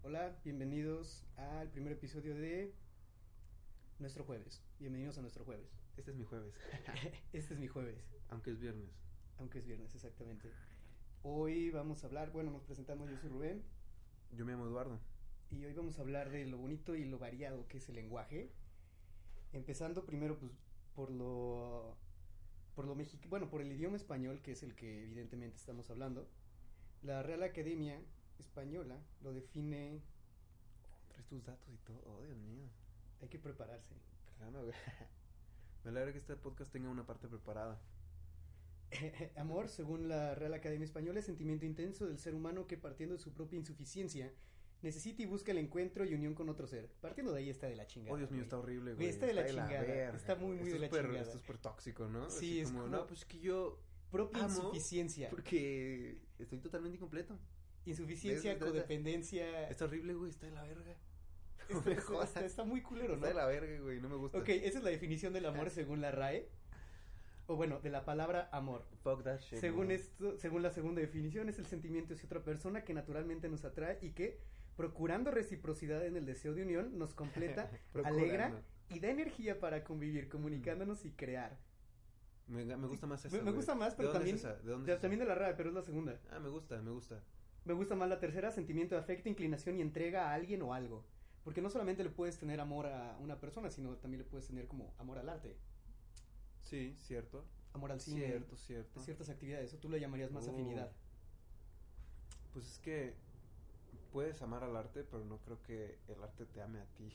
Hola, bienvenidos al primer episodio de nuestro jueves. Bienvenidos a nuestro jueves. Este es mi jueves, Este es mi jueves, aunque es viernes. aunque es viernes exactamente. Hoy vamos a hablar, bueno, nos presentamos, yo soy Rubén, Yo me llamo Eduardo. y hoy vamos a hablar de lo bonito y lo variado que es el lenguaje. Empezando primero pues, por lo por lo mexi- bueno, por el idioma español, que es el que evidentemente estamos hablando. La Real Academia Española lo define, Traes tus datos y todo. Oh, Dios mío. hay que prepararse. Claro, güey. Me alegra que este podcast tenga una parte preparada. Amor, según la Real Academia Española, es sentimiento intenso del ser humano que partiendo de su propia insuficiencia necesita y busca el encuentro y unión con otro ser. Partiendo de ahí está de la chingada. Oh, Dios mío, güey. está horrible, Güey, güey. está de la chingada. verga, Está muy, güey. muy de Esto la es súper- chingada. Esto es súper tóxico, ¿no? Sí, Así es como, como- No, pues es que yo... Propia Amo, insuficiencia. Porque estoy totalmente incompleto. Insuficiencia, Ves, ves, ves, codependencia. Está horrible, güey. Está de la verga. No Está, me jodas. está- está muy culero, ¿no? Está de la verga, güey. No me gusta. Ok, esa es la definición del amor según la RAE. O bueno, de la palabra amor. Fuck that shit, Según güey. esto, según la segunda definición, es el sentimiento hacia otra persona que naturalmente nos atrae y que, procurando reciprocidad en el deseo de unión, nos completa Procurando. alegra. y da energía para convivir, comunicándonos y crear. Me, me gusta más esa, Me, me güey. gusta más, ¿De pero dónde también, es esa? ¿De dónde de- es esa? también de la RAE, pero es la segunda. Ah, me gusta, me gusta. Me gusta más la tercera, sentimiento de afecto, inclinación y entrega a alguien o algo. Porque no solamente le puedes tener amor a una persona, sino también le puedes tener como amor al arte, Sí, cierto. amor al cine, Cierto, cierto. a ciertas actividades. O tú lo llamarías más Oh. afinidad. Pues es que puedes amar al arte, pero no creo que el arte te ame a ti.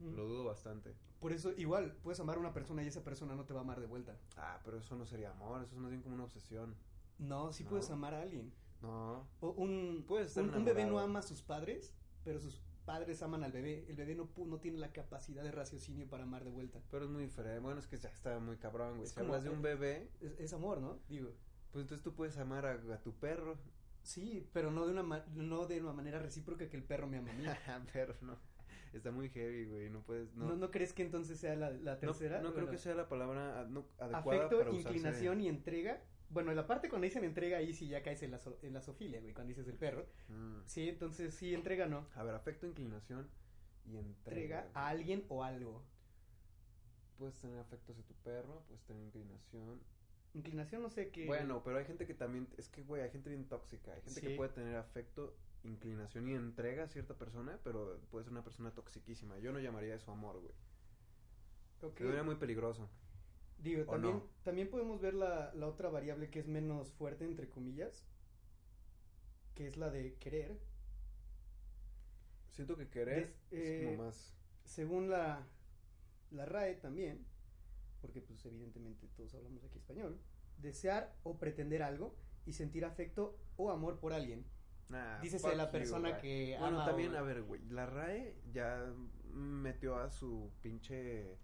Mm. Lo dudo bastante. Por eso, igual, puedes amar a una persona y esa persona no te va a amar de vuelta. Ah, pero eso no sería amor, eso es más bien como una obsesión. No, sí No. puedes amar a alguien. No. O un, Puedes estar un, un bebé no enamorado. ama a sus padres, pero sus padres aman al bebé. El bebé no, pu- no tiene la capacidad de raciocinio para amar de vuelta. Pero es muy diferente. Bueno, es que ya está muy cabrón, güey. Es Si como- hablas de un bebé, Es, es amor, ¿no? Digo. pues entonces tú puedes amar a, a tu perro. Sí, pero no de una ma- no de una manera recíproca que el perro me ama a mí. Ah, pero no. Está muy heavy, güey. No puedes. No, ¿No, no crees que entonces sea la, la no- tercera? no creo Bueno, que sea la palabra ah, no, adecuada Afecto, para usarse. inclinación y entrega. Bueno, la parte cuando dicen entrega, ahí sí ya caes en la, so- en la sofilia, güey, cuando dices el perro. Mm. Sí, entonces sí, entrega no. A ver, afecto, inclinación y entrega. Entrega güey. a alguien o algo. Puedes tener afecto hacia tu perro, puedes tener inclinación. Inclinación no sé qué. Bueno, pero hay gente que también, es que, güey, hay gente bien tóxica. Hay gente Sí. que puede tener afecto, inclinación y entrega a cierta persona, pero puede ser una persona toxiquísima. Yo no llamaría eso amor, güey. Ok. Se vería muy peligroso. Digo, ¿O también, no? también podemos ver la, la otra variable que es menos fuerte, entre comillas, que es la de querer. Siento que querer Des- es eh, como más... Según la, la RAE también, porque pues evidentemente todos hablamos aquí español, desear o pretender algo y sentir afecto o amor por alguien. Nah, Dícese de Ah, fuck la you, persona güey. que Bueno, ama también, o- a ver, güey, la RAE ya metió a su pinche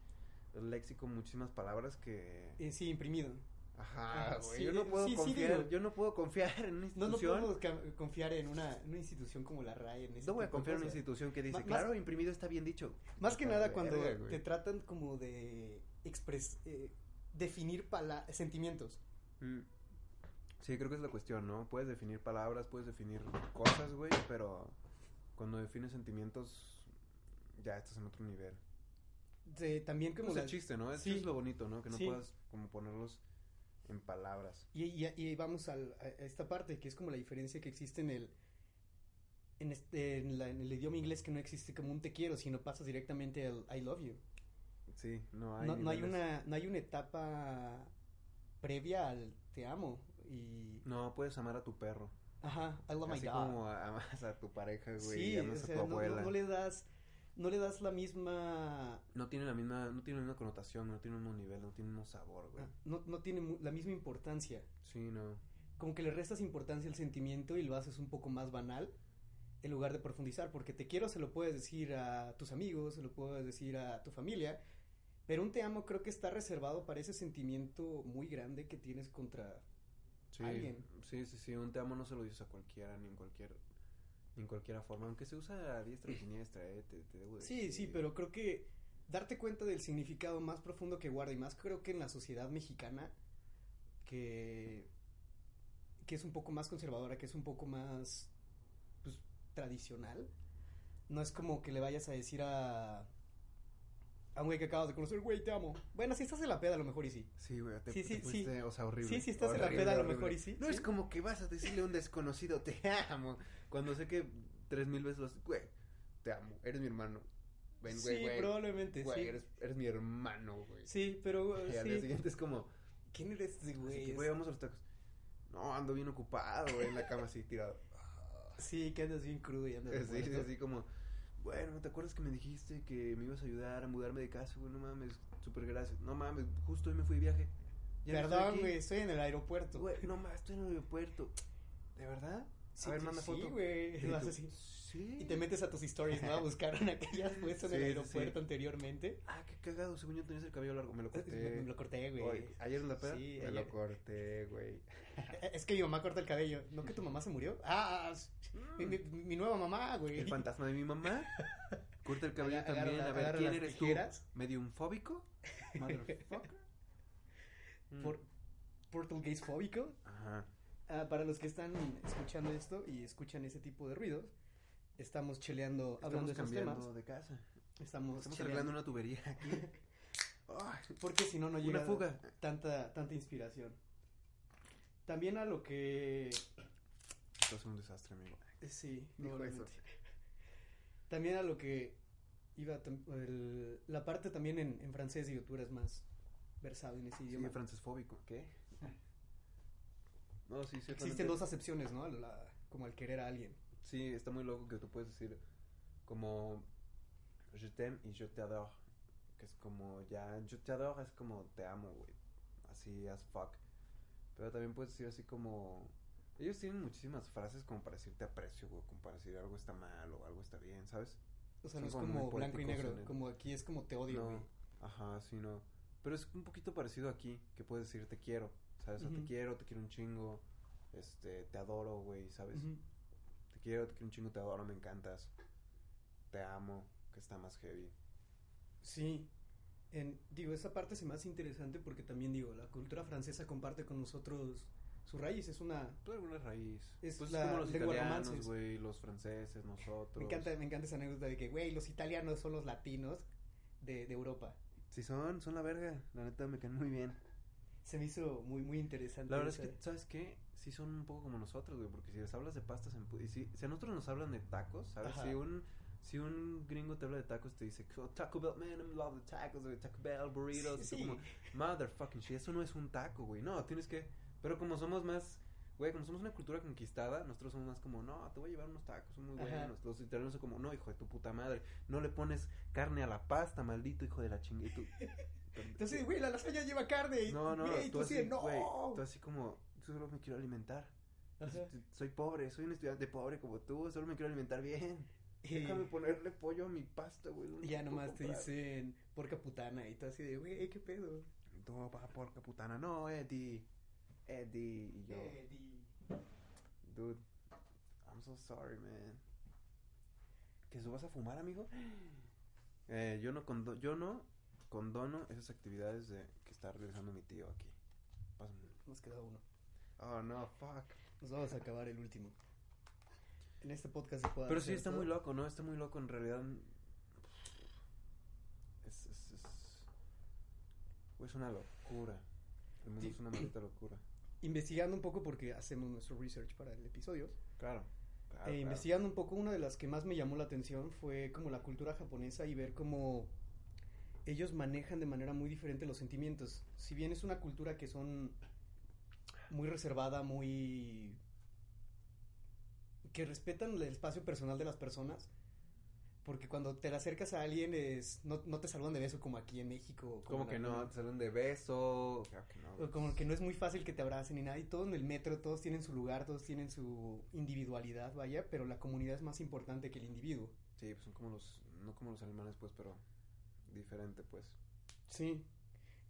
léxico muchísimas palabras que... Eh, sí, imprimido. Ajá, Ajá, güey, sí, yo no eh, puedo sí, sí, confiar, digo. yo no puedo confiar en una No, no institución. No, podemos ca- confiar en una, en una institución como la RAE. En ese voy a tipo de confiar en una cosas. institución que dice, más- claro, imprimido está bien dicho. Más que Está nada de cuando verga, güey. te tratan como de expres- eh, definir pala- sentimientos. Mm. Sí, creo que es la cuestión, ¿no? Puedes definir palabras, puedes definir cosas, güey, pero cuando defines sentimientos ya estás en otro nivel. De- también como Como la- el chiste, ¿no? Eso sí. es lo bonito, ¿no? Que no Sí. puedas como ponerlos en palabras. Y, y- y vamos al- a a esta parte que es como la diferencia que existe en el en, este, en, la- en el idioma inglés que no existe como un te quiero, sino pasas directamente al I love you. Sí, no hay No, no hay niveles. una no hay una etapa previa al te amo y No, puedes amar a tu perro. ajá, I love Oh my así dog. como a- amas a tu pareja, güey, y sí, o amas sea, a tu no- no- abuela. no le das no le das la misma No tiene la misma, no tiene la misma connotación, no tiene el mismo nivel, no tiene el mismo sabor, güey. Ah, no, no tiene mu- la misma importancia. Sí, no. Como que le restas importancia al sentimiento y lo haces un poco más banal. en lugar de profundizar, porque te quiero se lo puedes decir a tus amigos, se lo puedes decir a tu familia, pero un te amo creo que está reservado para ese sentimiento muy grande que tienes contra... Sí, Alguien. sí, sí, sí, un te amo no se lo dices a cualquiera, ni en cualquier, ni en cualquiera forma, aunque se usa a diestra y siniestra, eh, te, te debo Sí, sí, decir. pero creo que darte cuenta del significado más profundo que guarda y más creo que en la sociedad mexicana, que, que es un poco más conservadora, que es un poco más pues, tradicional, no es como que le vayas a decir a... A un güey que acabas de conocer, güey, te amo. Bueno, si estás en la peda, a lo mejor y sí. Sí, güey, te, Sí, te sí, fuiste, o sea, horrible. Sí, sí, estás en la horrible, peda, a lo horrible. mejor y sí, No sí. es como que vas a decirle a un desconocido, te amo, cuando sé que tres mil veces los, güey, te amo, eres mi hermano, ven, güey, sí, güey, probablemente, güey, sí. eres, eres mi hermano, güey. Sí, pero Y uh, al día sí. siguiente es como, ¿Quién eres, este así güey? que, güey, vamos a los tacos. No, ando bien ocupado, güey, en la cama así tirado. Sí, que andas bien crudo y andas Sí, sí, muerto. así como, bueno, ¿te acuerdas que me dijiste que me ibas a ayudar a mudarme de casa, güey? No mames, súper gracias. No mames, justo hoy me fui de viaje. Ya no estoy Perdón, aquí. güey, estoy en el aeropuerto. Güey, no mames, estoy en el aeropuerto. ¿De verdad? Sí, a ver, sí, manda sí, foto. güey, Y lo tú, haces así. Sí. Y te metes a tus stories, ¿no? A buscar una que hayas puesto en el Sí, sí, aeropuerto sí. anteriormente. Ah, qué cagado, según yo tenías el cabello largo. Me lo corté. Me lo corté, güey. Hoy- Eh, ayer en la peda. Sí, me ayer. Eh, lo corté, güey. Es que mi mamá corta el cabello. ¿No que tu mamá se murió? Ah, ah, s- mi, mi- mi nueva mamá, güey. El fantasma de mi mamá. Corta el cabello Aga- agarra también. la- a ver, agarra ¿quién las eres tijeras. tú? ¿Mediumfóbico? Motherfucker. Mm. Por, portugués fóbico. Ajá. Ah, para los que están escuchando esto y escuchan ese tipo de ruidos, estamos cheleando, hablando Estamos de esos temas. cambiando de casa. Estamos, Estamos cheleando. arreglando una tubería aquí. Ay, Porque si no, no llega una fuga. Tanta, tanta inspiración. También a lo que eh, Esto es un desastre, amigo. Sí, Dijo probablemente. eso. También a lo que iba tam- el- la parte también en, en francés, digo, tú eres más versado en ese Sí, idioma. francesfóbico. ¿Qué? No, sí, sí. Existen dos acepciones, ¿no? La- como al querer a alguien. Sí, está muy loco que tú puedes decir como je t'aime y yo te adore. Que es como ya, yo te adore es como te amo, güey. Así as fuck. Pero también puedes decir así como. Ellos tienen muchísimas frases como para decir te aprecio, güey. Como para decir algo está mal o algo está bien, ¿sabes? O sea, Son no es como muy como blanco y poéticos negro, en el- como aquí es como te odio, güey. No, ajá, sí, no. Pero es un poquito parecido aquí, que puedes decir te quiero, ¿sabes? O te Ujú. quiero, te quiero un chingo, este, te adoro, güey, ¿sabes? Ujú. Te quiero, te quiero un chingo, te adoro, me encantas, te amo, que está más heavy. Sí. En- digo, esa parte se me hace interesante porque también, digo, la cultura francesa comparte con nosotros su raíz, es una... Pues alguna raíz. Es pues la es como los lengua italianos, romances. güey, los franceses, nosotros. Me encanta, me encanta esa anécdota de que, güey, los italianos son los latinos de- de Europa. Sí, son, son la verga, la neta me caen muy bien. Se me hizo muy, muy interesante. La verdad es esa- que, ¿sabes qué? Sí son un poco como nosotros, güey, porque si les hablas de pastas en... pu- Y si, si a nosotros nos hablan de tacos, ¿sabes? Ajá. Si un, si un gringo te habla de tacos, te dice, "Oh, Taco Bell, man, I love the tacos, güey, Taco Bell, burritos, Sí, y tú como, motherfucking shit, eso no es un taco, güey, no, tienes que... Pero como somos más, güey, como somos una cultura conquistada, nosotros somos más como, no, te voy a llevar unos tacos, son muy Ajá. buenos. Los italianos son como, no, hijo de tu puta madre, no le pones carne a la pasta, maldito hijo de la chingue, tú... Entonces, güey, la lasaña lleva carne. y- No, no, güey, tú sí, así, no. güey, tú así como, yo solo me quiero alimentar. Ajá. Soy pobre, soy un estudiante pobre como tú, solo me quiero alimentar bien. Y Déjame ponerle pollo a mi pasta, güey. no ya puedo nomás te comprar. dicen porca putana y tú así de, güey, qué pedo. No, va, porca putana, no, Eddie. Eddie. Y yo, Eddie. dude, I'm so sorry, man. ¿Que eso vas a fumar, amigo? Eh, yo no condo- yo no condono esas actividades de que está realizando mi tío aquí. Pásame. Nos queda uno. Oh, no, fuck. Nos vamos a acabar el último. En este podcast se puede Pero hacer sí, está todo. muy loco, ¿no? Está muy loco, en realidad. Es, es, es... güey, es una locura. El mundo Sí. es una maldita locura. Investigando un poco, porque hacemos nuestro research para el episodio. Claro. Eh, claro, Ah, claro. investigando un poco, una de las que más me llamó la atención fue como la cultura japonesa y ver cómo ellos manejan de manera muy diferente los sentimientos. Si bien es una cultura que son muy reservada, muy... que respetan el espacio personal de las personas, Porque cuando te la acercas a alguien es, no, no te saludan de beso como aquí en México. o Como en que alguna- no, te salen de beso. Claro que no. o Como que no es muy fácil que te abracen ni nada. Y todos en el metro, todos tienen su lugar, todos tienen su individualidad, vaya, pero la comunidad es más importante que el individuo. Sí, pues son como los, no como los alemanes, pues, pero diferente, pues. Sí.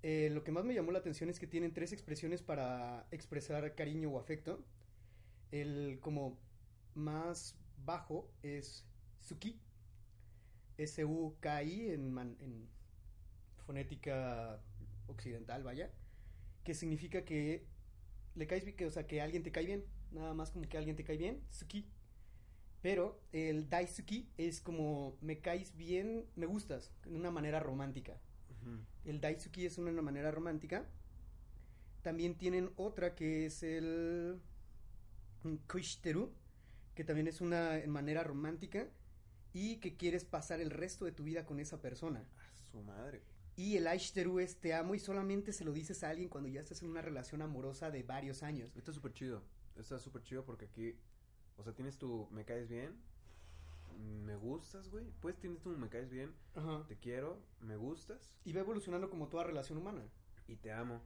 Eh, lo que más me llamó la atención es que tienen tres expresiones para expresar cariño o afecto. El como más bajo es Suki. S-U-K-I en, man- en fonética occidental, vaya. Que significa que le caes bien, que, o sea, que alguien te cae bien. Nada más como que alguien te cae bien, Suki. Pero el Daisuki es como me caes bien, me gustas, de una manera romántica. El Daisuki es una manera romántica. También tienen otra que es el Kushiteru, que también es una manera romántica y que quieres pasar el resto de tu vida con esa persona. A su madre. Y el Aishiteru es te amo y solamente se lo dices a alguien cuando ya estás en una relación amorosa de varios años. Está súper chido. Está súper chido porque aquí, o sea, tienes tu me caes bien, me gustas, güey. Pues tienes tu me caes bien, Ajá. te quiero, me gustas Y va evolucionando como toda relación humana. y te amo.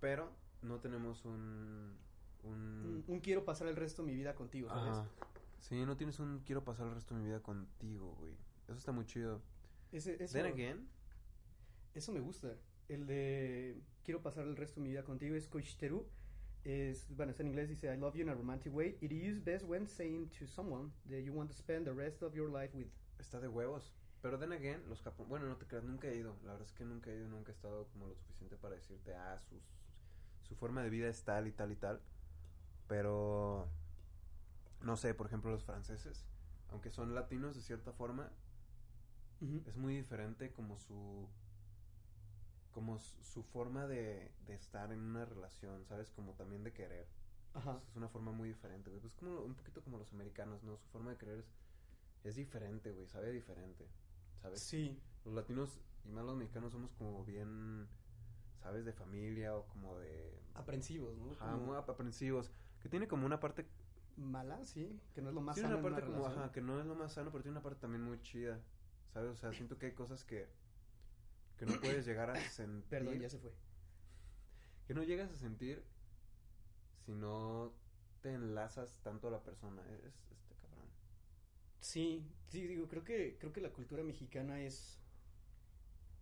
Pero no tenemos un. Un, un un quiero pasar el resto de mi vida contigo, ¿sabes? Mm. Ajá. Sí, no tienes un quiero pasar el resto de mi vida contigo, güey. Eso está muy chido. Ese- eso- Then again, Eso me gusta. El de quiero pasar el resto de mi vida contigo es Koishiteru. Es, bueno, está en inglés, dice I love you in a romantic way. It is best when saying to someone that you want to spend the rest of your life with. está de huevos. Pero then again, los japoneses... Bueno, no te creas, nunca he ido. La verdad es que nunca he ido, nunca he estado como lo suficiente para decirte, ah, sus, su forma de vida es tal y tal y tal. Pero... No sé, por ejemplo, los franceses, aunque son latinos de cierta forma, es muy diferente como su como su su forma de, de estar en una relación, ¿sabes? Como también de querer. Ajá. Es una forma muy diferente, güey. Pues como lo- un poquito como los americanos, ¿no? Su forma de querer es, es diferente, güey. Sabe diferente, ¿sabes? Sí. Los latinos y más los mexicanos somos como bien, ¿sabes? De familia o como de... Aprensivos, ¿no? Ajá, Como muy ap- aprensivos. Que tiene como una parte... mala, sí. Que no es lo más tiene sano una en parte como... relación. Ajá, que no es lo más sano, pero tiene una parte también muy chida, ¿sabes? O sea, siento que hay cosas que... Que no puedes llegar a sentir. Perdón, ya se fue. que no llegas a sentir si no te enlazas tanto a la persona. Es este cabrón. Sí, sí, digo, creo que, creo que la cultura mexicana es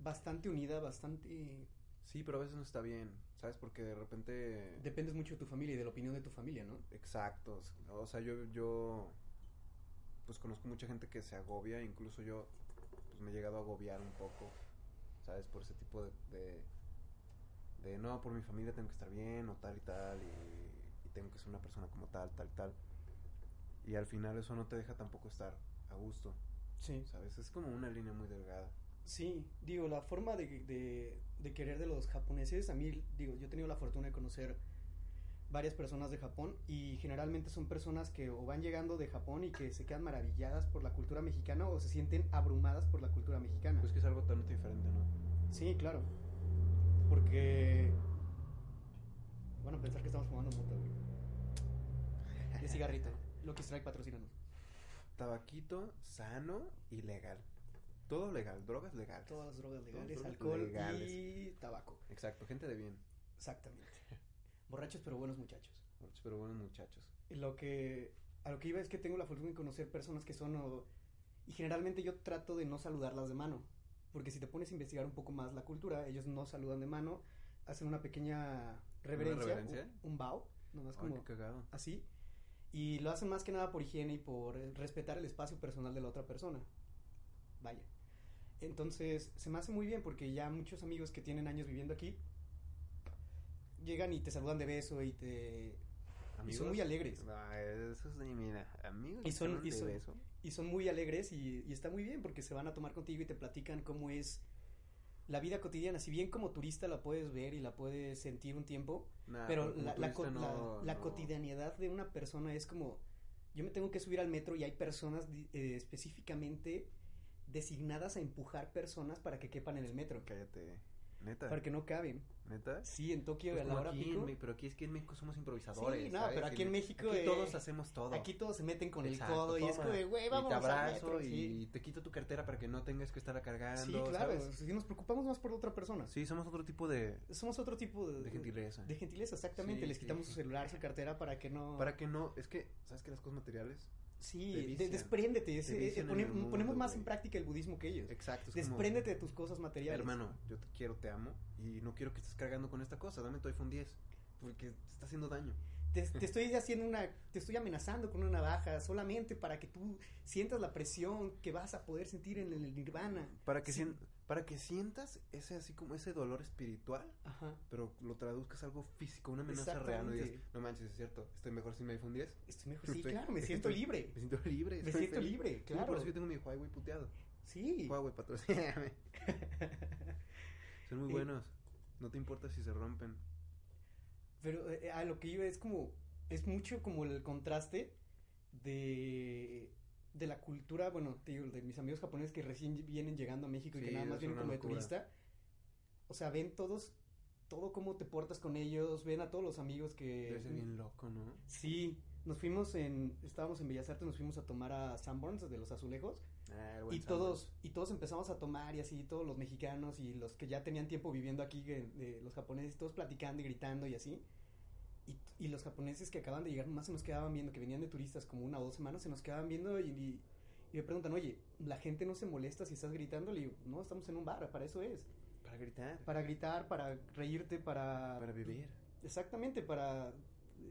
bastante unida, bastante... Sí, pero a veces no está bien, ¿sabes? Porque de repente... Dependes mucho de tu familia y de la opinión de tu familia, ¿no? Exactos. O sea, yo, yo... Pues conozco mucha gente que se agobia, incluso yo pues me he llegado a agobiar un poco, ¿sabes? Por ese tipo de... de de, no, por mi familia tengo que estar bien o tal y tal y, y tengo que ser una persona como tal, tal y tal. Y al final eso no te deja tampoco estar a gusto. Sí. ¿Sabes? Es como una línea muy delgada. Sí, digo, la forma de, de- de querer de los japoneses, a mí, digo, yo he tenido la fortuna de conocer varias personas de Japón y generalmente son personas que o van llegando de Japón y que se quedan maravilladas por la cultura mexicana o se sienten abrumadas por la cultura mexicana. Pues que es algo tan diferente, ¿no? Sí, claro. Porque... Bueno, pensar que estamos fumando mota, güey. De cigarrito. Lucky Strike patrocínanos. Tabaquito sano y legal. Todo legal, drogas legales. Todas las drogas Todas legales, drogas alcohol legales. y tabaco. Exacto, gente de bien. Exactamente. Borrachos pero buenos muchachos. Pero buenos muchachos. lo que a lo que iba es que tengo la fortuna de conocer personas que son o- y generalmente yo trato de no saludarlas de mano porque si te pones a investigar un poco más la cultura ellos no saludan de mano hacen una pequeña reverencia, reverencia? Un, un bao nomás Ay, como qué cagado. así y lo hacen más que nada por higiene y por eh, respetar el espacio personal de la otra persona vaya entonces se me hace muy bien porque ya muchos amigos que tienen años viviendo aquí llegan y te saludan de beso y te Y son muy alegres. No, Ah, eso es de mira. Amigos, Y que son- hablan y de son- beso. y son muy alegres y, y está muy bien porque se van a tomar contigo y te platican cómo es la vida cotidiana. Si bien como turista la puedes ver y la puedes sentir un tiempo, Nah, pero Ah, como la, la co- turista la- no- la no. cotidianidad de una persona es como, yo me tengo que subir al metro y hay personas di- eh, específicamente designadas a empujar personas para que quepan en el metro. Cállate. Neta. para que no caben. Neta. Sí, en Tokio Pues a la como hora aquí en pico. Me- pero aquí es que en México somos improvisadores. Sí, no, ¿sabes? pero aquí en México, aquí eh, todos hacemos todo. Aquí todos se meten con Exacto, el codo y es toma. como de, güey, y vamos te a abrazo y te quito tu cartera para que no tengas que estarla cargando. Sí, claro, ¿sabes? si nos preocupamos más por otra persona. Sí, somos otro tipo de, Somos otro tipo de, de gentileza. de gentileza, exactamente. Sí, Les sí. quitamos su celular, su cartera para que no. Para que no, es que, ¿sabes que las cosas materiales? Sí, te de- vician. despréndete. es- Te eh, vician en pone- el mundo, ponemos más güey. en práctica el budismo que ellos. Exacto. es como, despréndete de tus cosas materiales. Hermano, yo te quiero, te amo y no quiero que estés cargando con esta cosa. Dame tu iPhone 10 porque te está haciendo daño. Te, te estoy haciendo una. Te estoy amenazando con una navaja solamente para que tú sientas la presión que vas a poder sentir en el nirvana. Para que, Sí. sien- para que sientas ese así como ese dolor espiritual, Ajá. pero lo traduzcas a algo físico, una amenaza real. No digas, Exactamente. no manches, es cierto, estoy mejor sin mi iPhone 10. Estoy mejor. Sí, Estoy- claro, me es que siento estoy- libre. Me siento libre. Me estoy siento feliz. libre, Sí, Por claro. eso yo tengo mi Huawei puteado. Sí. Huawei, patrocíname. Son muy Eh. buenos. No te importa si se rompen. Pero eh, a lo que iba es como, es mucho como el contraste de, de la cultura, bueno, te digo, de mis amigos japoneses que recién vienen llegando a México y que Sí, nada más es vienen una como locura. de turista. O sea, ven todos, todo cómo te portas con ellos, ven a todos los amigos que... Debe ser bien loco, ¿no? Sí, nos fuimos en, estábamos en Bellas Artes, nos fuimos a tomar a Sanborns de los Azulejos Ah, el buen y Sandman. todos, y todos empezamos a tomar y así, todos los mexicanos y los que ya tenían tiempo viviendo aquí, que- de los japoneses, todos platicando y gritando y así. Y, y los japoneses que acaban de llegar más se nos quedaban viendo, que venían de turistas como una o dos semanas, se nos quedaban viendo y, y- y me preguntan, oye, ¿la gente no se molesta si estás gritando? Le digo, no, estamos en un bar, para eso es. Para gritar. Para gritar, para reírte, para... para vivir. Exactamente, para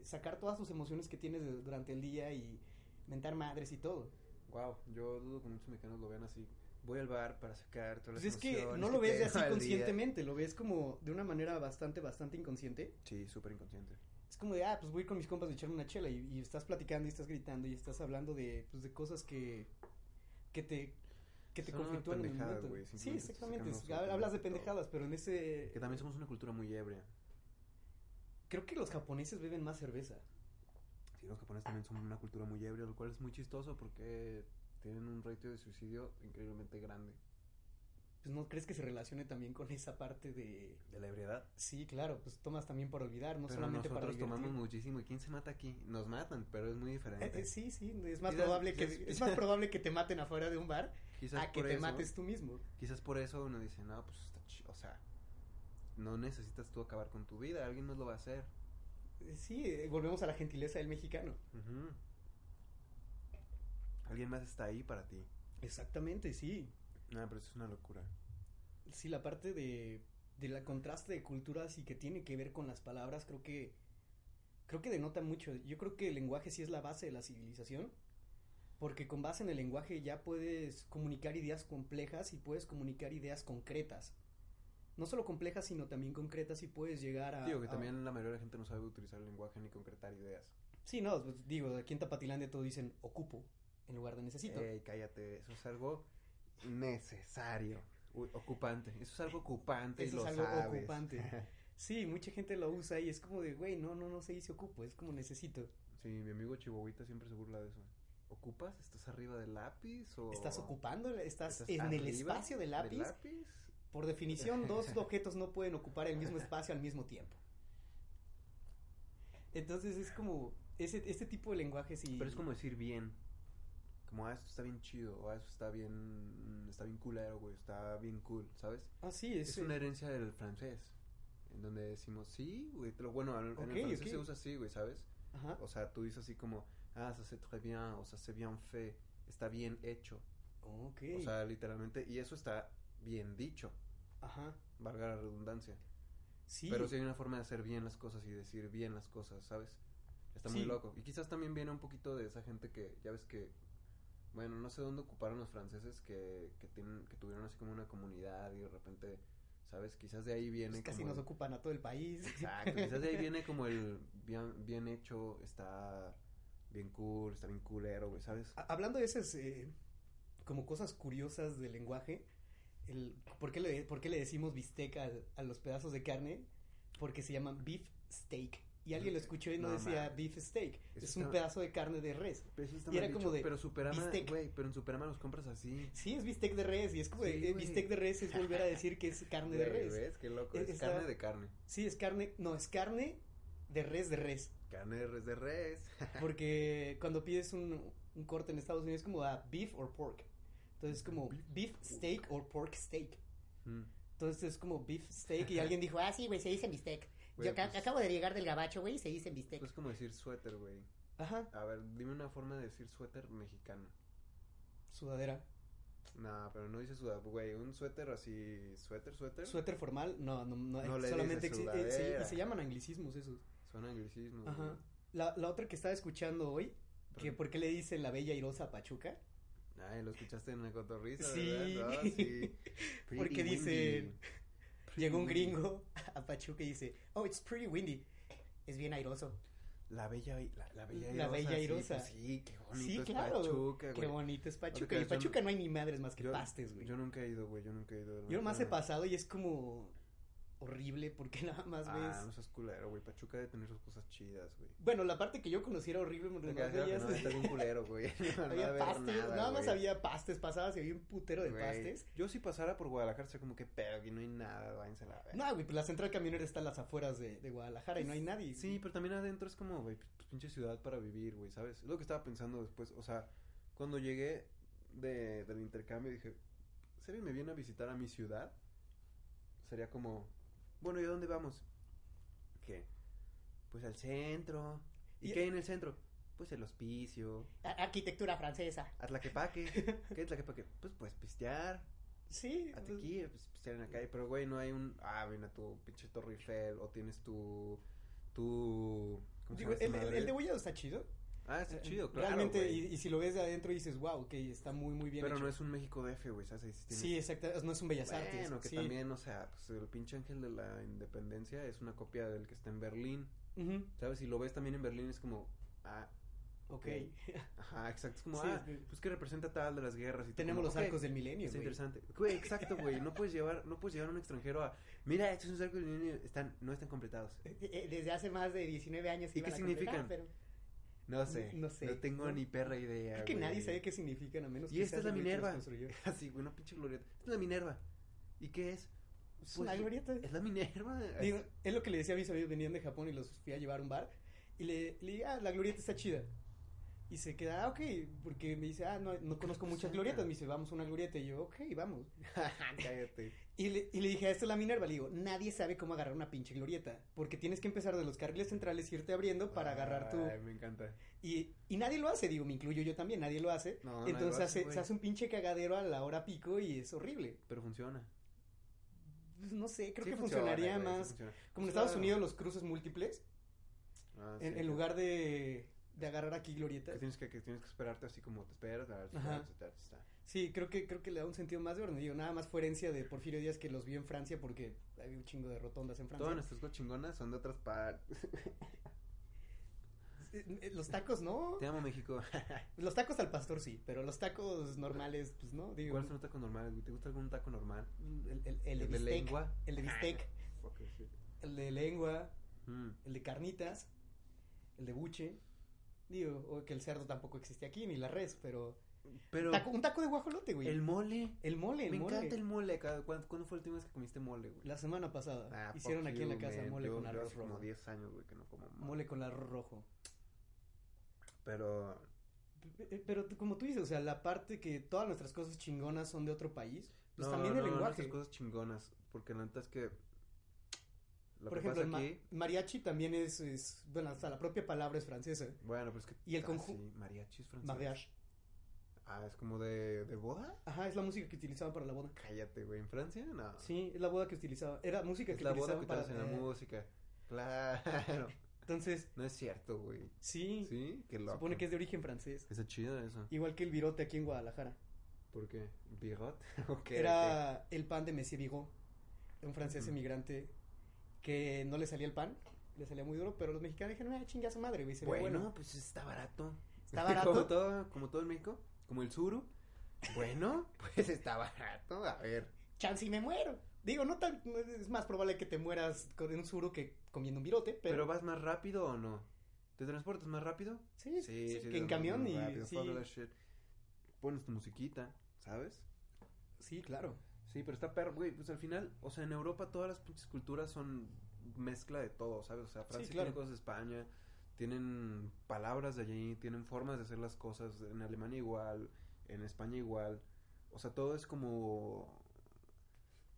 sacar todas tus emociones que tienes de- durante el día y mentar madres y todo. Wow, yo dudo que muchos mexicanos lo vean así. Voy al bar para sacar todas las Pues es que emociones no lo ves de tengo así al día. conscientemente, lo ves como de una manera bastante, bastante inconsciente. Sí, súper inconsciente. Es como de, ah, pues voy con mis compas a echarme una chela y, y estás platicando y estás gritando y estás hablando de, pues, de cosas que, que te, que te Son conflictúan en el pendejadas, momento. güey, sí, simplemente estás exactamente, sacando es- hab- hablas de absolutamente todo. pendejadas, pero en ese... Que también somos una cultura muy ebria. Creo que los japoneses beben más cerveza. Sí, los japoneses también son una cultura muy ebria, lo cual es muy chistoso porque tienen un ratio de suicidio increíblemente grande. Pues no crees que se relacione también con esa parte de... De la ebriedad. Sí, claro, pues tomas también por olvidar, no pero solamente para nosotros tomamos divertirte. muchísimo. ¿Y quién se mata aquí? Nos matan, pero es muy Eh, diferente. eh, sí, sí, es más, Quizás- probable que, quizás- es más probable que te maten afuera de un bar Quizás a que por te eso- mates tú mismo. Quizás por eso uno dice, no, pues está chido. O sea, no necesitas tú acabar con tu vida, alguien más lo va a hacer. Sí, eh, volvemos a la gentileza del mexicano. Ujú. Alguien más está ahí para ti. Exactamente, sí. No, pero eso es una locura. Sí, la parte de, de la contraste de culturas y que tiene que ver con las palabras, creo que creo que denota mucho. Yo creo que el lenguaje sí es la base de la civilización, porque con base en el lenguaje ya puedes comunicar ideas complejas y puedes comunicar ideas concretas. No solo complejas, sino también concretas y puedes llegar a... Digo que a- también la mayoría de la gente no sabe utilizar el lenguaje ni concretar ideas. Sí, no, pues, digo, aquí en Tapatilandia todo dicen ocupo en lugar de necesito. Ey, cállate, eso es algo necesario. Uy, ocupante, eso es algo ocupante y Eso lo es algo sabes. ocupante. Sí, mucha gente lo usa y es como de, güey, no, no, no se dice ocupo, es como necesito. sí, mi amigo Chihuahuita siempre se burla de eso. ¿Ocupas? ¿Estás arriba del lápiz o...? Estás ocupando, estás, Oh. ¿Estás en el arriba espacio del lápiz. lápiz? Por definición, dos objetos no pueden ocupar el mismo espacio al mismo tiempo. Entonces es como, ese, este tipo de lenguaje sí. Pero es como decir bien. Como, ah, esto está bien chido, o ah, esto está bien, mm, está bien culero, güey, está bien cool, ¿sabes? Ah, sí, es, Es una herencia del francés, en donde decimos, sí, güey, pero bueno, en en Ok, el francés se ok. usa así, güey, ¿sabes? ajá. O sea, tú dices así como, ah, ça c'est très bien, o sea, c'est bien fait, está bien hecho. Ok. O sea, literalmente, y eso está bien dicho, ajá. valga la redundancia. Sí. Pero sí hay una forma de hacer bien las cosas y decir bien las cosas, ¿sabes? Está muy Sí. loco. Y quizás también viene un poquito de esa gente que, ya ves que, bueno, no sé dónde ocuparon los franceses que, que, tienen, que tuvieron así como una comunidad y de repente, ¿sabes? Quizás de ahí viene... pues casi como nos el- ocupan a todo el país. Exacto, quizás de ahí viene como el bien, bien hecho, está bien cool, está bien culero, güey, ¿sabes? Ha- Hablando de esas eh, como cosas curiosas del lenguaje, el, ¿por, qué le, por qué le decimos bistec a, a los pedazos de carne? Porque se llaman beef steak y alguien lo escuchó y no, No, decía mames. beef steak, Eso es un está- pedazo de carne de res. Pero eso está Y era mal como dicho, de Pero Superama, bistec. güey, pero en Superama los compras así. Sí, es bistec de res y es como de, Sí, eh, güey. bistec de res es volver a decir que es carne de Güey, res. ¿Ves? Qué loco. Es- Es, está- carne de carne. Sí, es carne, no, es carne de res de res. Carne de res de res. Porque cuando pides un, un corte en Estados Unidos es como a beef or pork. Entonces es como Beef, beef steak or pork steak. Mm. Entonces es como beef steak y alguien dijo, ah, sí, güey, se dice bistec. Güey, Yo ca- pues- acabo de llegar del gabacho, güey, y se dice bistec. Es como decir suéter, güey. Ajá, A ver, dime una forma de decir suéter mexicano. sudadera. Nah, pero no dice sudad, güey. Un suéter así, suéter, suéter. Suéter formal, no, no, no, No eh, le solamente dices exi- eh, sí, sudadera. y se llaman anglicismos esos. Suena anglicismo. güey. Ajá. La, la otra que estaba escuchando hoy, Pero- que por qué le dicen la bella irosa a Pachuca, Ay, lo escuchaste en la cotorriza, Sí. ¿verdad? Ah, sí. Pretty Porque dice- windy. llegó un Pretty windy. gringo a Pachuca y dice, oh, it's pretty windy. Es bien airoso. La bella, la, la bella La airosa. bella sí, airosa. pues sí, qué bonito. Sí, es claro. Pachuca, Qué güey. bonito es Pachuca. Y Ahorita en yo no- Pachuca no hay ni madres más que Yo- pastes, güey. Yo nunca he ido, güey. Yo nunca he ido. Yo nomás he neta. pasado y es como horrible porque nada más Ah, ves. no seas culero, güey. Pachuca debe tener sus cosas chidas, güey. Bueno, la parte que yo conociera horrible, Te porque quedas nomás claro que veías- no, está bien culero, güey. No, no va a había haber pastes, nada, más güey. había pastes, pasabas y había un putero de Güey, pastes. Yo si pasara por Guadalajara, sería como que pedo, aquí no hay nada, váyanse a la verga. No, güey, pues la central camionera está a las afueras de, de Guadalajara y no hay nadie. Sí, pero también adentro es como, güey, pues, pinche ciudad para vivir, güey, ¿sabes? Es lo que estaba pensando después, o sea, cuando llegué de, del intercambio dije, si alguien me viene a visitar a mi ciudad, sería como, bueno, ¿y a dónde vamos? ¿Qué? Pues al centro. ¿Y, Y- qué hay en el centro? Pues el hospicio. A- Arquitectura francesa. A Tlaquepaque. ¿Qué es Tlaquepaque? Pues pues pistear. Sí, A pues, tequila, pues, pistear en la calle. Pero, güey, no hay un, ah, mira tu pinche Torre Eiffel, o tienes tu, tu... ¿cómo se digo, llama esta el, el- madre? el de Guayado está chido. Ah, está Eh, chido, claro. Realmente, güey. y, y si lo ves de adentro dices, wow, ok, está muy, muy bien Pero hecho". no es un México DF, güey, ¿sabes? Ahí sí tiene- Sí, exacto, no es un Bellas bueno, Artes. que sí. también, o sea, pues, el pinche ángel de la independencia es una copia del que está en Berlín, Ujú, ¿sabes? Si lo ves también en Berlín es como, ah, ok. Sí. ajá, exacto, es como, Sí, ah, es- pues que representa tal de las guerras y tú Tenemos como, los ok, arcos del milenio, Es güey. interesante. Güey, exacto, güey, no puedes llevar, no puedes llevar a un extranjero a, mira, estos son arcos del milenio, están, no están completados. Eh, eh, Desde hace más de 19 años. ¿Y iban qué a completar, significan? pero- No sé, No sé. tengo No. ni perra idea, Creo que nadie güey. sabe qué significan a menos Y que esta seas es la el güey que los Minerva. Pues, construyó. Así, güey, una pinche glorieta. Esta es la Minerva. ¿Y qué es? Es Pues, una glorieta. Es la Minerva. Digo, es lo que le decía a mis amigos, venían de Japón y los fui a llevar a un bar. Y le, le dije, ah, la glorieta está chida. Y se queda, ah, ok, porque me dice, ah, no, no conozco muchas glorietas. Me dice, vamos a una glorieta. Y yo, ok, vamos. Cállate. Y le, y le dije, "Ah, esta es la Minerva. Le digo, nadie sabe cómo agarrar una pinche glorieta. Porque tienes que empezar de los carriles centrales, irte abriendo para agarrar tu. Ay, me encanta. Y, y nadie lo hace, digo, me incluyo yo también, nadie lo hace. No, nadie Entonces lo hace, hace- güey. se hace un pinche cagadero a la hora pico y es horrible. Pero funciona. Pues, No sé, creo Sí que funciona, funcionaría güey, sí más. funciona. Como en Claro. Estados Unidos los cruces múltiples, Ah, en, sí, en que- lugar de, de agarrar aquí Que glorietas. tienes que, que tienes que esperarte así como te esperas. a ver, Ajá. esperas, esperas, esperas. Sí, creo que creo que le da un sentido más de orden. Digo, nada más fue herencia de Porfirio Díaz que los vio en Francia porque había un chingo de rotondas en Todas Francia. nuestras cosas chingonas son de otras partes. Eh, eh, Los tacos no. Te amo, México. Los tacos al pastor sí, pero los tacos normales, pues no. Digo, ¿Cuáles son los tacos normales? güey? ¿Te gusta algún taco normal? el, el- el de ¿El de bistec, lengua? Ah. el de bistec, Fuck that shit. el de lengua, Mm. el de carnitas, el de buche. Digo, o que el cerdo tampoco existe aquí, ni la res, pero. Pero Taco- un taco de guajolote, güey. el El, mole. mole, el me mole. encanta el mole. ¿Cuándo, cuándo fue la última vez que comiste mole, güey? La semana pasada Ah, hicieron fuck aquí en la you, casa man. mole Yo- con yo arroz hace como rojo. 10 años, güey, que no como mole. Mole con arroz rojo. Pero P- eh, Pero tú- como tú dices, o sea, la parte que todas nuestras cosas chingonas son de otro país, pues no, también el no, no, lenguaje. esas cosas chingonas, porque la neta es que lo Por que ejemplo, el pasa ma- aquí, mariachi también es, es- bueno, hasta la propia palabra es francesa. bueno, pero es que y el ah, conju- sí, mariachi es francés. Mariage. Ah, es como de, de boda? Ajá, es la música que utilizaban para la boda. Cállate, güey, en Francia no. Sí, es la boda que utilizaba. Era música Ah. es que la boda utilizaban que para utilizas en la eh, música. Claro. Entonces, No es cierto, güey. sí, Sí, qué se loco. supone que es de origen francés. Está chido eso. Igual que el virote aquí en Guadalajara. ¿Por qué? ¿Bigot? ¿O qué? Era el pan de Messier Vigo, un francés Ujú. emigrante que no le salía el pan, le salía muy duro, pero los mexicanos dijeron, ah, chinga su madre, güey, se ¿Qué? ve Bueno, bueno. pues está barato. Está Como barato. todo, como todo en México, como el suru. Bueno, pues está barato. A ver. Chance y me muero. Digo, no tan. no es- Es más probable que te mueras con un suru que comiendo un virote, Pero, pero. vas más rápido o no? ¿Te transportas más rápido? sí, sí, te que en transportas camión más y. rápido, sí, fuck that shit. Pones tu musiquita, ¿sabes? sí, claro. Sí, pero está perro, güey. Pues al final, o sea, en Europa todas las pinches culturas son mezcla de todo, ¿sabes? O sea, Francia claro. tiene cosas de España, tienen palabras de allí, tienen formas de hacer las cosas. En Alemania igual, en España igual. O sea, todo es como.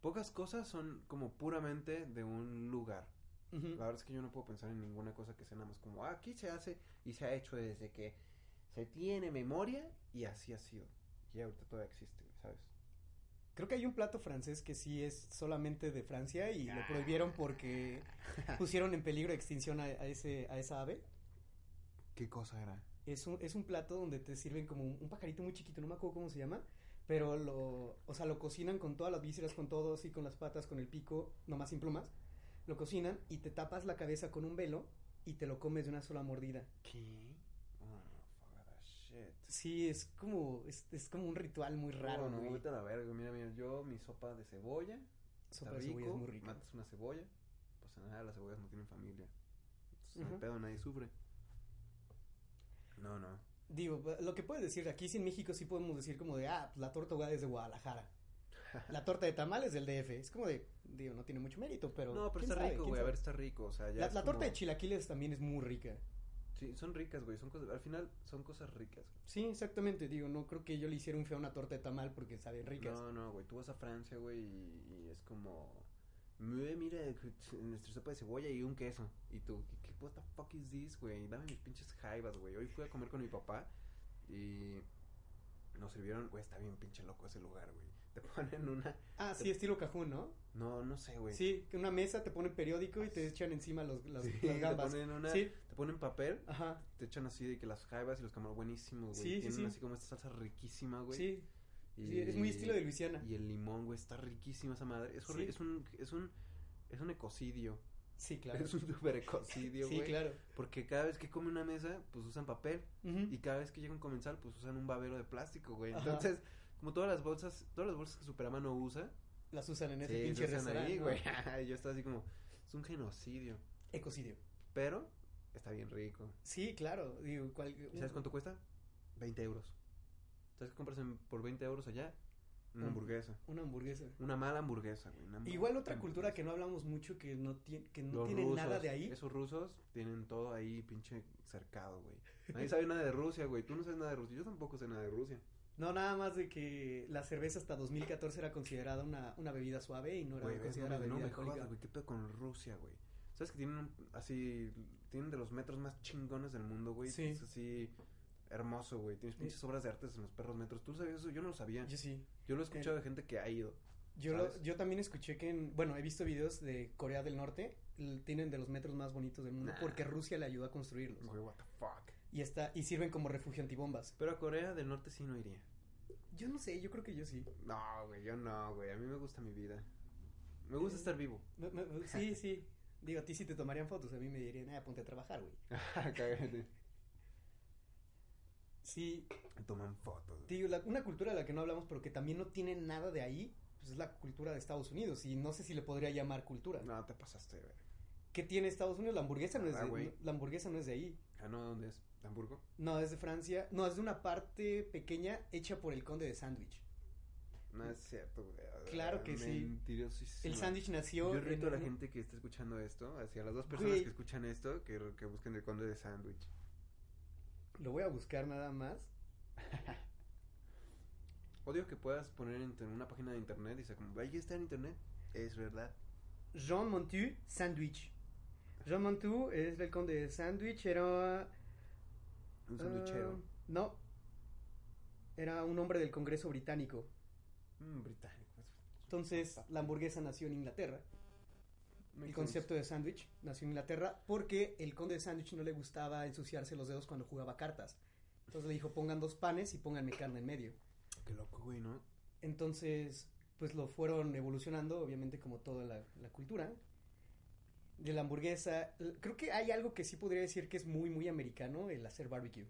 Pocas cosas son como puramente de un lugar. Ujú. La verdad es que yo no puedo pensar en ninguna cosa que sea nada más como, ah, aquí se hace y se ha hecho desde que se tiene memoria y así ha sido. Y ahorita todavía existe, güey, ¿sabes? Creo que hay un plato francés que sí es solamente de Francia y lo prohibieron porque pusieron en peligro de extinción a, a ese, a esa ave. ¿Qué cosa era? Es un, es un plato donde te sirven como un, un pajarito muy chiquito, no me acuerdo cómo se llama, pero lo, o sea, lo cocinan con todas las vísceras, con todo, así, con las patas, con el pico, nomás sin plumas. Lo cocinan y te tapas la cabeza con un velo y te lo comes de una sola mordida. ¿Qué? Oh, fuck that shit. Sí, es como, es, es como un ritual muy raro, Oh, no, güey. vete a la verga. Mira, mira, yo mi sopa de cebolla. Sopa está de cebolla rico, es muy rica. Matas una cebolla. Pues nada, las cebollas no tienen familia. Entonces, no hay Ujú. pedo, nadie sufre. No, no. Digo, lo que puedes decir aquí sí en México sí podemos decir como de, ah, pues, la torta ahogada es de Guadalajara. La torta de tamales del DF. Es como de, digo, no tiene mucho mérito, pero. No, pero ¿quién está sabe? rico, ¿Quién güey. A sabe? ver, está rico. O sea, ya La, es la torta como- de chilaquiles también es muy rica. Sí, son ricas, güey. Son cosas. Al final son cosas ricas. güey. Sí, exactamente. Digo, no creo que yo le hiciera un feo a una torta de tamal porque saben ricas. No, no, güey. Tú vas a Francia, güey, y, y es como. "Mue, Mira, nuestra sopa de cebolla y un queso. Y tú, ¿qué, qué what the fuck is this, güey? Dame mis pinches jaivas, güey. Hoy fui a comer con mi papá y nos sirvieron, güey, está bien pinche loco ese lugar, güey. Te ponen una. Ah, sí, estilo cajún, ¿no? No, no sé, güey. Sí, que una mesa te ponen periódico y te echan encima los, las, Sí, las te gambas. ponen una- Sí, Te ponen papel, ajá. te echan así de que las jaivas y los camarones buenísimos, güey. Sí, sí, Tienen sí. así como esta salsa riquísima, güey. Sí, sí, es muy estilo de Luisiana. Y el limón, güey, está riquísima esa madre. Es, horri- Sí. es un es un es un ecocidio. Sí, claro. Es un super ecocidio, Sí, güey. claro. Porque cada vez que come una mesa, pues usan papel Ujú. y cada vez que llega un comensal, pues usan un babero de plástico, güey. Ajá. Entonces, como todas las bolsas, todas las bolsas que Superama no usa, Las usan en ese sí, pinche se usan restaurante. ahí, ¿no? güey. Yo estaba así como, es un genocidio, Ecocidio. pero está bien rico. Sí, claro. Digo, cual- ¿Y sabes cuánto cuesta? 20 euros. ¿Sabes qué compras en- por 20 euros allá? Una Mm. hamburguesa. Una hamburguesa. Una mala hamburguesa, güey. una Igual mala otra cultura hamburguesa. que no hablamos mucho, que no, tiene, que no Los tiene rusos, nada de ahí. Esos rusos tienen todo ahí pinche cercado, güey. Nadie sabe nada de Rusia, güey. Tú no sabes nada de Rusia. Yo tampoco sé nada de Rusia. No, nada más de que la cerveza hasta 2014 era considerada una, una bebida suave y no era Güey, ves, no, considerada me- no bebida me alcohólica. jodas, güey. ¿Qué pedo con Rusia, güey? ¿Sabes que tienen un- así... Tienen de los metros más chingones del mundo, güey? Sí. Es así... Hermoso, güey. Tienes pinches obras de artes en los perros metros. ¿Tú sabías eso? Yo no lo sabía. Yo sí. Yo lo he escuchado de gente que ha ido. Yo, lo- ¿Sabes? yo también escuché que en... Bueno, he visto videos de Corea del Norte. l- Tienen de los metros más bonitos del mundo Nah. porque Rusia le ayudó a construirlos. Güey, what the fuck. Y, está, y sirven como refugio antibombas. Pero a Corea del Norte sí no iría. Yo no sé, yo creo que yo sí. No, güey. Yo no, güey. A mí me gusta mi vida. Me gusta estar vivo. Me- me- me- Sí, sí. Digo, a ti sí te tomarían fotos. A mí me dirían, ah, ponte a trabajar, güey. Cágate. Sí, Toman fotos. güey. Te digo, la- una cultura de la que no hablamos, pero que también no tiene nada de ahí, pues es la cultura de Estados Unidos. Y no sé si le podría llamar cultura. No, te pasaste, güey. ¿Qué tiene Estados Unidos? La hamburguesa no es Nada, de, güey. la hamburguesa no es de ahí. Ah, no, ¿dónde es? ¿Hamburgo? No, es de Francia. No, es de una parte pequeña hecha por el conde de Sandwich. No es cierto, güey. Claro que sí. Mentirosísimo. el sándwich nació. Yo reto a en- la gente que está escuchando esto, hacia las dos personas Güey. que escuchan esto, que, que busquen el conde de sándwich. Lo voy a buscar nada más. Odio que puedas poner en tu- en una página de internet y sea como, ahí está en internet. Es verdad. Jean Montu, Sandwich. Jean Montu es el conde de Sandwich. Era Un sándwichero. Ah, no. Era un hombre del Congreso británico. Mm, británico. Ah. Ah, Entonces, la hamburguesa nació en Inglaterra. Makes El concepto de sándwich nació en Inglaterra porque el conde de sándwich no le gustaba ensuciarse los dedos cuando jugaba cartas. Entonces le dijo, pongan dos panes y pónganme carne en medio. sense. Qué loco, güey, ¿no? Entonces, pues lo fueron evolucionando, obviamente, como toda la, la cultura. De la hamburguesa, l- creo que hay algo que sí podría decir que es muy, muy americano, el hacer barbecue.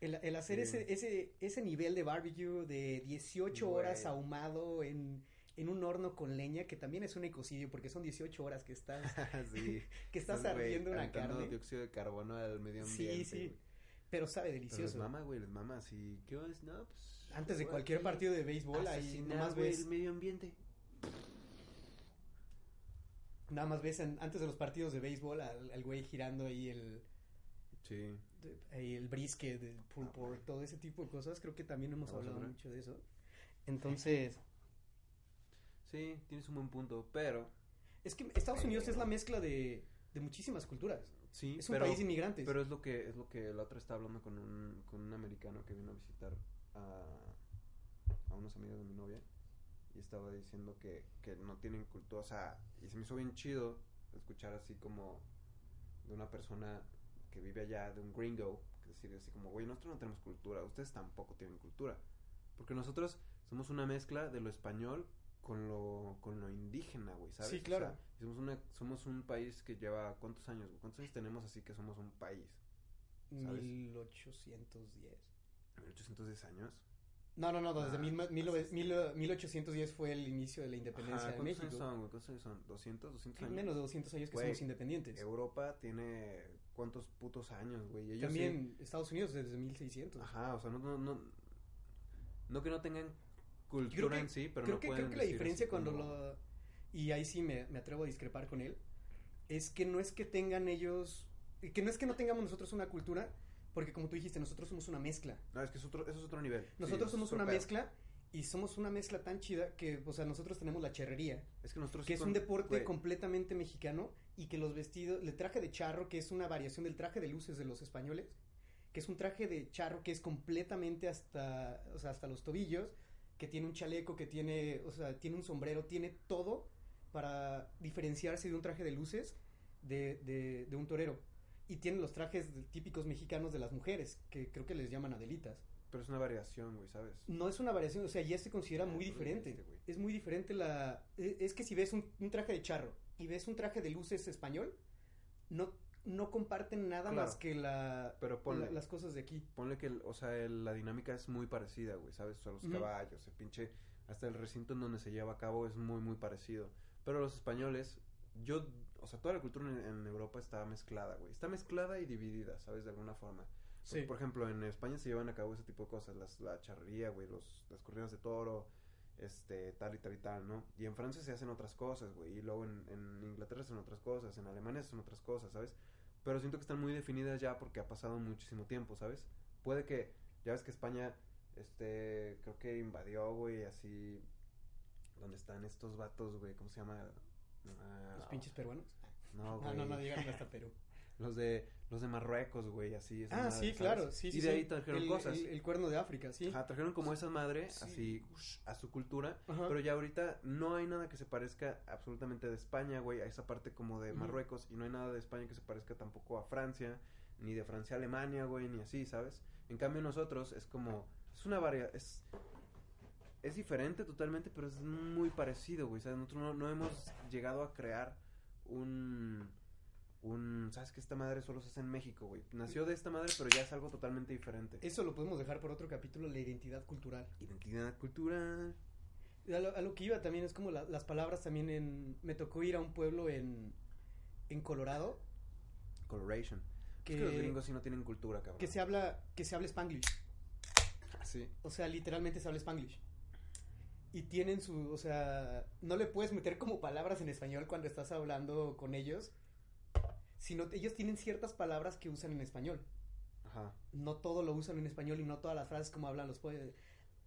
El, el hacer Sí. ese, ese, ese nivel de barbecue de 18 horas Güey. ahumado en, en un horno con leña, que también es un ecocidio, porque son 18 horas que estás, Ah, sí. que estás Güey, ardiendo una aventando carne. dióxido de carbono al medio Sí, ambiente. sí. güey. Pero sabe Pero les delicioso. mama, güey, les mama. Así, ¿qué es? No, pues. Antes de güey, cualquier sí. partido de béisbol, ahí Asesinar, nomás güey, ves, el medio ambiente. nada más ves en- antes de los partidos de béisbol al, al güey girando ahí el, Sí. de- ahí el brisket, el pulled Ah, pork, todo ese tipo de cosas. Creo que también hemos Vamos a hablado ver. mucho de eso. Entonces, Sí, tienes un buen punto, pero. es que Estados Unidos es la mezcla de, de muchísimas culturas. Sí, Es un pero, país de inmigrantes. pero es lo que es lo que la otra está hablando con un, con un americano que vino a visitar a, a unos amigos de mi novia y estaba diciendo que, que no tienen cultura, o sea, y se me hizo bien chido escuchar así como de una persona que vive allá, de un gringo, que decir así como, güey, nosotros no tenemos cultura, ustedes tampoco tienen cultura, porque nosotros somos una mezcla de lo español con lo, con lo indígena, güey, ¿sabes? Sí, O claro. sea, somos, una, somos un país que lleva, ¿cuántos años? güey? ¿Cuántos años tenemos así que somos un país? ¿sabes? 1810. ¿1810 años? No, no, no, desde Ah, mil- mil- así es. mil- 1810 fue el inicio de la independencia Ajá, de ¿Cuántos México. años son, güey? ¿Cuántos años son? ¿200? 200 Hay años. menos de 200 años que Güey, somos independientes. Europa tiene cuántos putos años, güey. Ellos sí- También Estados Unidos desde 1600. Ajá, o sea, no, no, no, no que no tengan Creo cultura que- en sí, pero creo, no que, pueden creo que la decir diferencia así cuando como- lo... Y ahí sí me, me atrevo a discrepar con él. Es que no es que tengan ellos... Que no es que no tengamos nosotros una cultura, porque como tú dijiste, nosotros somos una mezcla. No, es que es otro, eso es otro nivel. Sí, Nosotros es somos otro una pedo. mezcla y somos una mezcla tan chida que, o sea, nosotros tenemos la charrería. Es que nosotros... que sí es con- un deporte güey, completamente mexicano y que los vestidos, el traje de charro, que es una variación del traje de luces de los españoles, que es un traje de charro que es completamente hasta, o sea, hasta los tobillos, que tiene un chaleco, que tiene, o sea, tiene un sombrero, tiene todo para diferenciarse de un traje de luces de, de, de un torero. Y tiene los trajes de- típicos mexicanos de las mujeres, que creo que les llaman adelitas. Pero es una variación, güey, ¿sabes? No es una variación, o sea, ya se considera Ah, muy tú lo diferente. dijiste, güey. Es muy diferente la... e- Es que si ves un, un traje de charro y ves un traje de luces español, no, no comparten nada Claro. más que la, Pero ponle... la- las cosas de aquí. Ponle que, el- o sea, el- la dinámica es muy parecida, güey, ¿sabes? O sea, los Ujú. caballos, el pinche... Hasta el recinto en donde se lleva a cabo es muy, muy parecido. Pero los españoles, yo... O sea, toda la cultura en, en Europa está mezclada, güey. Está mezclada y dividida, ¿sabes? De alguna forma. Porque, Por ejemplo, en España se llevan a cabo ese tipo de cosas. Las, la charrería, güey, los, las corridas de toro, este, tal y tal y tal, ¿no? Y en Francia se hacen otras cosas, güey. Y luego en, en Inglaterra se hacen otras cosas, en Alemania se hacen otras cosas, ¿sabes? Pero siento que están muy definidas ya porque ha pasado muchísimo tiempo, ¿sabes? Puede que, ya ves que España, este, creo que invadió, güey, así, donde están estos vatos, güey, ¿cómo se llama? Ah, Los pinches peruanos. No, No, güey. no, no, llegaron hasta Perú. Los de, los de Marruecos, güey, así. esa ah, madre, sí, ¿sabes? claro. Sí, sí, Y sí. de ahí trajeron el, cosas. El, el cuerno de África, sí. Ajá, trajeron como esa madre, Sí. así, ush, a su cultura. Ajá. Pero ya ahorita no hay nada que se parezca absolutamente de España, güey, a esa parte como de Ujú. Marruecos. Y no hay nada de España que se parezca tampoco a Francia, ni de Francia a Alemania, güey, ni así, ¿sabes? En cambio nosotros es como, es una varia, es, es diferente totalmente, pero es muy parecido, güey. ¿sabes? Nosotros no, no hemos llegado a crear un... Un, ¿sabes que Esta madre solo se hace en México, güey. Nació de esta madre, pero ya es algo totalmente diferente. Eso lo podemos dejar por otro capítulo, la identidad cultural. Identidad cultural. A lo, a lo que iba también es como la- las palabras también en... Me tocó ir a un pueblo en, en Colorado Coloration. que, Es que los gringos sí no tienen cultura, cabrón. que se habla que se habla spanglish. Sí. O sea, literalmente se habla spanglish. Y tienen su, o sea, no le puedes meter como palabras en español cuando estás hablando con ellos, sino que ellos tienen ciertas palabras que usan en español. Ajá. No todo lo usan en español y no todas las frases como hablan los pueblos.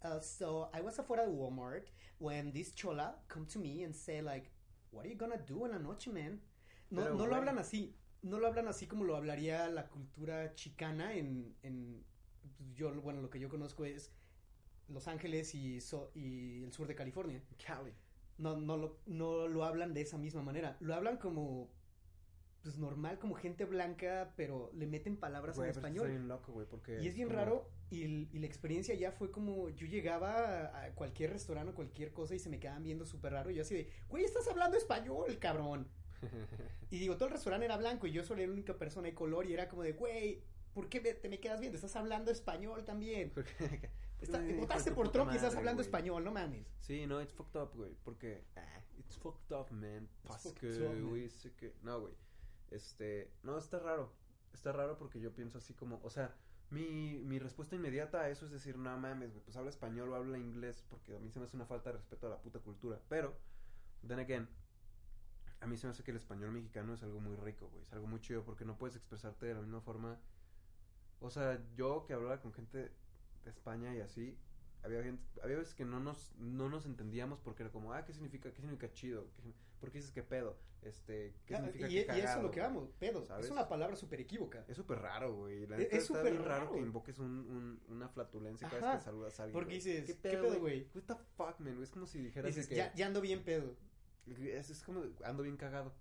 Uh, so I was afuera de Walmart when this chola come to me and say like, what are you gonna do en la noche, man? No, Pero, no lo güey. hablan así. No lo hablan así como lo hablaría la cultura chicana en, en yo bueno lo que yo conozco es Los Ángeles y, so- y el sur de California. Cali. No, no lo, no lo hablan de esa misma manera. Lo hablan como pues normal, como gente blanca, pero le meten palabras en español. pues, bien loco, güey, porque... Y es bien como- raro y, l- y la experiencia ya fue como yo llegaba a- a cualquier restaurante o cualquier cosa y se me quedaban viendo súper raro y yo así de, güey, estás hablando español, cabrón. y digo, todo el restaurante era blanco y yo solo era la única persona de color y era como de, güey, ¿Por qué me- te me quedas viendo? Estás hablando español también. Porque- Está- Hijo de votaste tu por pues, puta Trump y estás madre, hablando güey. español, no mames. Sí, no, it's fucked up, güey. Porque. Ah, it's fucked up, man. Parce fucked que, up, man. güey, sé que. No, güey. Este. No, está raro. Está raro porque yo pienso así como. O sea, mi, mi respuesta inmediata a eso es decir, no mames, güey. Pues habla español o habla inglés. Porque a mí se me hace una falta de respeto a la puta cultura. Pero, then again. A mí se me hace que el español mexicano es algo muy rico, güey. Es algo muy chido porque no puedes expresarte de la misma forma. O sea, yo que hablaba con gente de España y así, había, gente- había veces que no nos, no nos entendíamos porque era como, ah, ¿qué significa, qué significa chido? ¿Qué, ¿Por qué dices que pedo? Este, ¿qué Ya, significa Ah, y, e-, que y eso es lo cagado, que güey? vamos, pedo. ¿Sabes? Es una palabra súper equívoca. Es súper raro, güey. La E-, Es- neta es está súper bien raro, raro. que invoques un- un- una flatulencia cada Ajá. vez que saludas a alguien. Porque güey. dices, "¿Qué pedo, güey?" What the fuck, man? güey? Es como si dijeras de Dices, que... ya, ya ando bien pedo. Es, es como, ando bien cagado.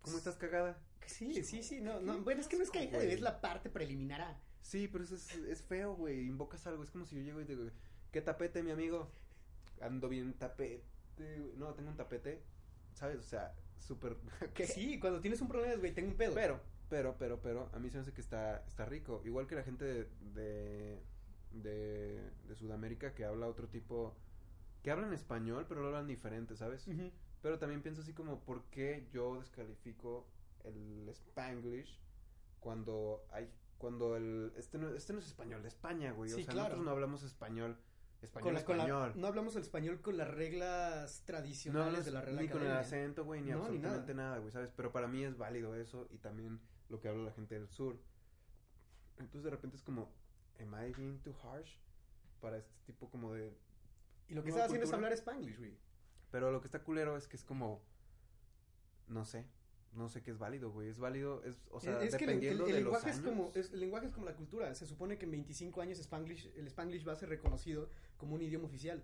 ¿Cómo estás cagada? Sí, sí, sí, no, Qué no. Bueno, es que no es asco, caída, güey. es la parte preliminar ah, a. Sí, pero eso es, es feo, güey. Invocas algo. Es como si yo llego y digo, ¿qué tapete, mi amigo? Ando bien tapete. güey. No, tengo un tapete. ¿Sabes? O sea, súper... ¿Qué? Sí, cuando tienes un problema, es, güey, tengo un pedo. Pero, pero, pero, pero, a mí se me hace que está, está rico. Igual que la gente de, de, de, de Sudamérica que habla otro tipo... Que hablan español, pero lo hablan diferente, ¿sabes? Ujú. Pero también pienso así como, ¿por qué yo descalifico el Spanglish cuando hay, cuando el, este no, este no es español de España, güey, o Sí, sea, claro. nosotros no hablamos español, español, Con la- con la- español. no hablamos el español con las reglas No tradicionales hablas de la Real ni con el Academia. acento, güey, ni No, ni absolutamente nada. güey, ¿sabes? Pero para mí es válido eso y también lo que habla la gente del sur. Entonces de repente es como, ¿am I being too harsh? Para este tipo como de Y lo que Nueva estás haciendo es cultura. hablar spanglish, güey. Pero lo que está culero es que es como. No sé. No sé qué es válido, güey. Es válido. Es, o sea, es que el, dependiendo el- el de los lenguaje años. es como es- el lenguaje es como la cultura. Se supone que en 25 años Spanglish, el Spanglish va a ser reconocido como un idioma oficial,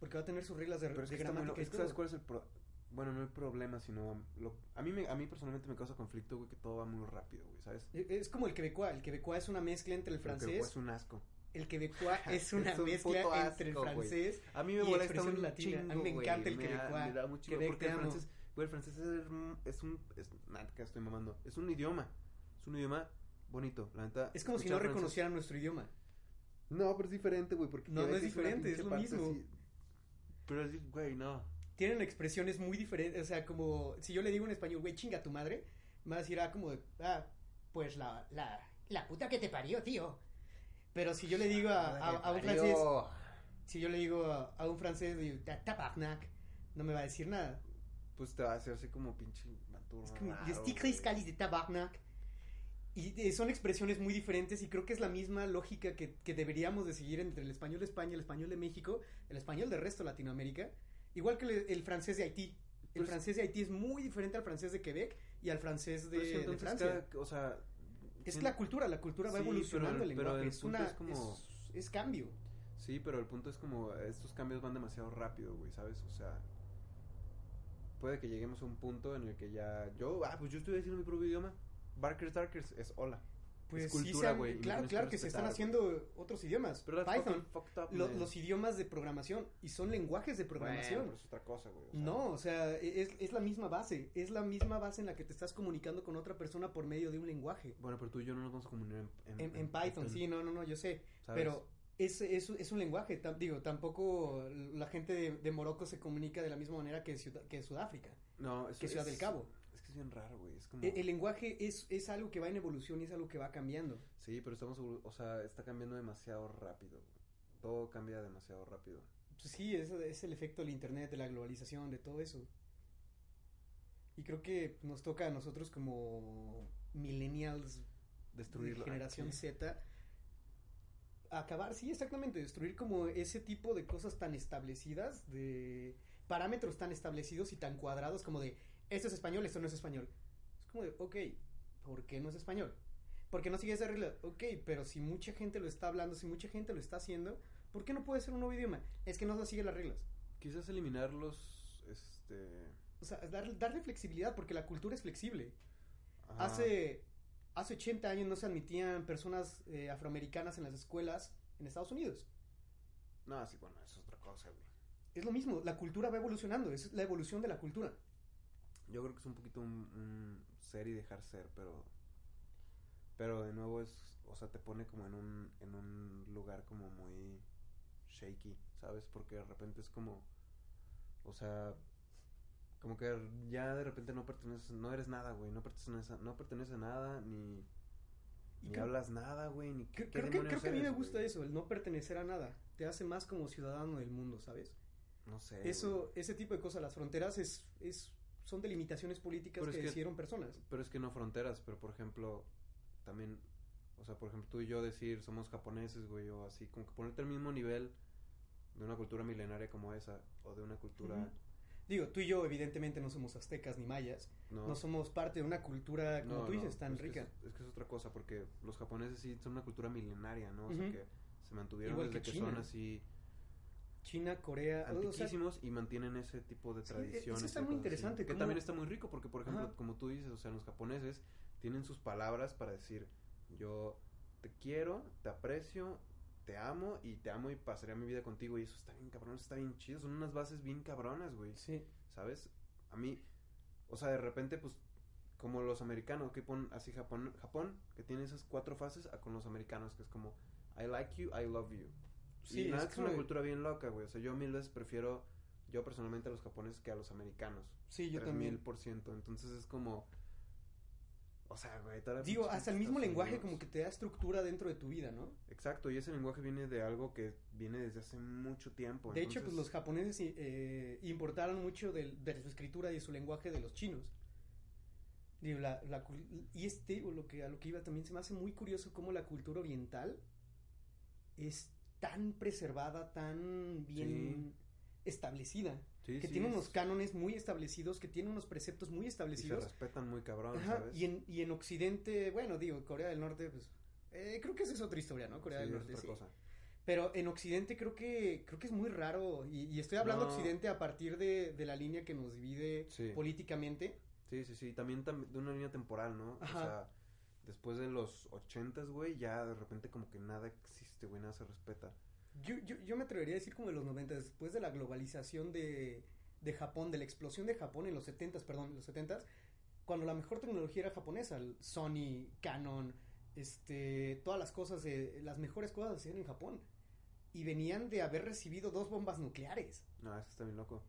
porque va a tener sus reglas de, Pero es de que está muy lo- gramática. y es que ¿Sabes todo. cuál es el pro- Bueno, no el problema, sino. lo- a, mí me- a mí personalmente me causa conflicto, güey, que todo va muy rápido, güey, ¿sabes? Eh, es como el quebecois. El quebecois es una mezcla entre el Lo que Es francés. un asco. El quebecois es una Es un puto mezcla asco, entre el güey. francés. A mí me y molesta expresión un latina. chingo, A mí me güey. encanta el Me da- quebecois. me da un chingo, Quebec, te porque el amo. francés, güey, el francés es, herm- es un es nada, que estoy mamando. Es un idioma. Es un idioma bonito, la neta. Es como si no escuchar francés- reconocieran nuestro idioma. No, pero es diferente, güey, porque... No, no Quebec es una diferente, es pinche lo parte mismo. así- Pero es, güey, no. Tienen expresiones muy diferentes. O sea, como si yo le digo en español, güey, chinga tu madre, me va a decir, ah, como, de, ah, Pues la, la, la puta que te parió, tío. Pero si yo le digo a, a- a un francés, si yo le digo a, a un francés, digo, "Ta- tabarnak", no me va a decir nada. Pues te va a hacer así como pinche maturro Es como, raro, "Les tic güey". ris calis de tabarnak. Y eh, son expresiones muy diferentes y creo que es la misma lógica que, que deberíamos de seguir entre el español de España, el español de México, el español del resto de Latinoamérica, igual que el, el francés de Haití. El Pero es- francés de Haití es muy diferente al francés de Quebec y al francés de, Pero es que de Pues entonces Francia. cada- o sea... Es sí, la cultura, la cultura va Sí, pero- evolucionando el pero lenguaje. el es, punto una, es como- es- es cambio. Sí, pero el punto es como estos cambios van demasiado rápido, güey, ¿sabes? O sea, puede que lleguemos a un punto en el que ya yo, ah, pues yo estoy diciendo mi propio idioma. Barkers Darkers es hola. Pues Es sí, cultura, se han- güey, y lo claro, tienes que claro que se están respetar, haciendo otros idiomas. Pero that's Python, fucking fucked up, lo- man. los idiomas de programación y son lenguajes de Bueno, programación. pero es otra cosa, güey. o sea. no, o sea, e-, es, es la misma base, es la misma base en la que te estás comunicando con otra persona por medio de un lenguaje. Bueno, pero tú y yo no nos vamos a comunicar en, En, en Python, sí, no, no, no, yo sé, ¿sabes? pero es, es, es un lenguaje, tam- digo, tampoco la gente de, de Morocco se comunica de la misma manera que, Ciudad- que Sudáfrica, no, eso que Ciudad es- del Cabo. E-, Es que es bien raro, güey. Es como. El, el lenguaje es, es algo que va en evolución y es algo que va cambiando. Sí, pero estamos. evolu- O sea, está cambiando demasiado rápido. güey. Todo cambia demasiado rápido. Pues sí, es, es el efecto del internet, de la globalización, de todo eso. Y creo que nos toca a nosotros como millennials de Destruirlo. ah, generación Ay, Z acabar, sí, exactamente, destruir como ese tipo de cosas tan establecidas, de parámetros tan establecidos y tan cuadrados como de esto es español, esto no es español. Es como de, ok, ¿por qué no es español? Porque no sigue esa regla. Ok, pero si mucha gente lo está hablando, si mucha gente lo está haciendo, ¿por qué no puede ser un nuevo idioma? Es que no se sigue las reglas. Quizás eliminar los. Este. O sea, dar- darle flexibilidad porque la cultura es flexible. ajá. Hace, hace 80 años no se admitían personas eh, afroamericanas en las escuelas en Estados Unidos. No, sí, bueno, eso es otra cosa, güey. Es lo mismo, la cultura va evolucionando, es la evolución de la cultura. Yo creo que es un poquito un, un ser y dejar ser, pero. Pero de nuevo es. o sea, te pone como en un, en un lugar como muy shaky, ¿sabes? Porque de repente es como, o sea, como que ya de repente no perteneces, no eres nada, güey, no perteneces, a- no perteneces a nada, ni, Y ni creo- hablas nada, güey, ni Cre- Creo, qué que, demonios creo que a mí me eres, gusta güey. eso, el no pertenecer a nada. Te hace más como ciudadano del mundo, ¿sabes? No sé. Eh, güey. Eso, ese tipo de cosas, las fronteras es, es, son delimitaciones políticas Pero es que que- decidieron personas. Pero es que no fronteras, pero por ejemplo, también, o sea, por ejemplo, tú y yo decir somos japoneses, güey, o así, como que ponerte al mismo nivel de una cultura milenaria como esa, o de una cultura, Ujú. Digo, tú y yo evidentemente no somos aztecas ni mayas, no, no, somos parte de una cultura, como no, tú no, dices, tan es que rica. es, es que es otra cosa, porque los japoneses sí son una cultura milenaria, ¿no? O sea, Ujú. que se mantuvieron Igual que desde que, China. son así China, Corea, o sea, antiquísimos y mantienen ese tipo de Sí, e- eso tradiciones. y está muy cosas así, interesante, que cómo- también está muy rico, porque por ejemplo, Ajá. como tú dices, o sea, los japoneses tienen sus palabras para decir, yo te quiero, te aprecio, te amo y te amo y pasaré mi vida contigo. Y eso está bien cabrón, eso está bien chido, son unas bases bien cabronas, güey. sí, ¿Sabes? A mí, o sea, de repente, pues, como los americanos que ponen así Japón, Japón, que tiene esas cuatro fases, a con los americanos, que es como, I like you, I love you. sí, y nada, es es, que es una como- cultura bien loca, güey. O sea, yo mil veces prefiero, yo personalmente a los japoneses que a los americanos. sí, yo Tres mil también. por ciento. Entonces es como, o sea, güey, toda la Digo, pinche hasta el gente de mismo Estados lenguaje Unidos. como que te da estructura dentro de tu vida, ¿no? Exacto, y ese lenguaje viene de algo que viene desde hace mucho tiempo. De hecho, pues los entonces- japoneses eh, importaron mucho del- de, su escritura y su lenguaje de los chinos. Digo, la- la cul- y este, o lo que, a lo que iba también, se me hace muy curioso cómo la cultura oriental es tan preservada, tan bien establecida, Sí, que sí, tiene es- unos cánones muy establecidos, que tiene unos preceptos muy y se establecidos. respetan muy cabrón, Ajá, ¿sabes? y, en, y en Occidente, bueno, digo, Corea del Norte, pues eh, creo que esa es otra historia, ¿no? Corea Sí, del es Norte, otra sí. cosa. Pero en Occidente creo que creo que es muy raro. Y, y estoy hablando No. Occidente a partir de, de la línea que nos divide Sí. políticamente. Sí, sí, sí. También, tam- de una línea temporal, ¿no? Ajá. O sea, después de los ochentas, güey, ya de repente como que nada existe, güey, nada se respeta. Yo, yo, yo me atrevería a decir como de los 90, después de la globalización de, de Japón, de la explosión de Japón en los 70, perdón, en los 70, cuando la mejor tecnología era japonesa, el Sony, Canon, este, todas las cosas, de- las mejores cosas se hacían en Japón. Y venían de haber recibido dos bombas nucleares. No, eso está bien loco.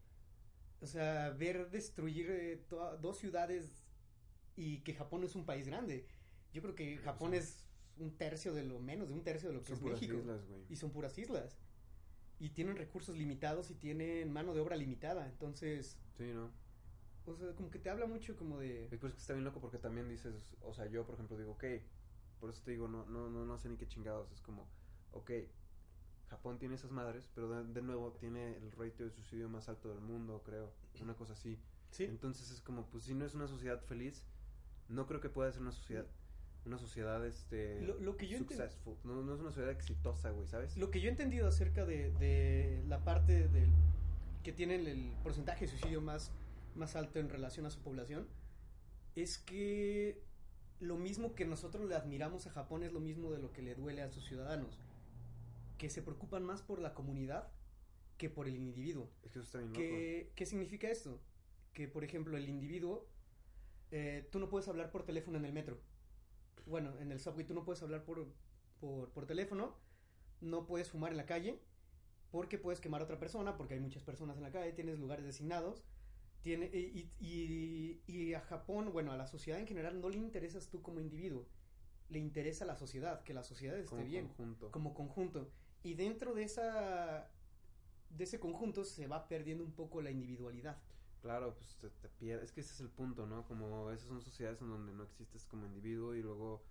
O sea, ver destruir eh, toa- dos ciudades y que Japón no es un país grande. Yo creo que No, pues Japón no. es un tercio de lo menos, de un tercio de lo que Son es puras México. islas, güey. Y son puras islas. Y tienen recursos limitados y tienen mano de obra limitada. Entonces, Sí, ¿no? o sea, como que te habla mucho como de... Y pues es que está bien loco porque también dices, o sea, yo por ejemplo digo, ok, por eso te digo, no, no, no, no sé ni qué chingados, es como, ok, Japón tiene esas madres, pero de, de nuevo tiene el ratio de suicidio más alto del mundo, creo, una cosa así. Sí, Entonces es como, pues si no es una sociedad feliz, no creo que pueda ser una sociedad, una sociedad, este, Lo- lo que yo enten- successful. No, no es una sociedad exitosa, güey, ¿sabes? lo que yo he entendido acerca de, de la parte del, que tienen el porcentaje de suicidio más, más alto en relación a su población es que lo mismo que nosotros le admiramos a Japón es lo mismo de lo que le duele a sus ciudadanos, que se preocupan más por la comunidad que por el individuo. Es que eso está bien loco. ¿Qué, qué significa esto? Que, por ejemplo, el individuo, eh, tú no puedes hablar por teléfono en el metro. Bueno, en el subway tú no puedes hablar por, por, por teléfono, no puedes fumar en la calle, porque puedes quemar a otra persona, porque hay muchas personas en la calle, tienes lugares designados. Tiene, y, y- y- y a Japón, bueno, a la sociedad en general no le interesas tú como individuo, le interesa a la sociedad, que la sociedad esté Como bien conjunto. como conjunto. Y dentro de esa de ese conjunto se va perdiendo un poco la individualidad. Claro, pues te, te pierdes. Es que ese es el punto, ¿no? Como esas son sociedades en donde no existes como individuo y luego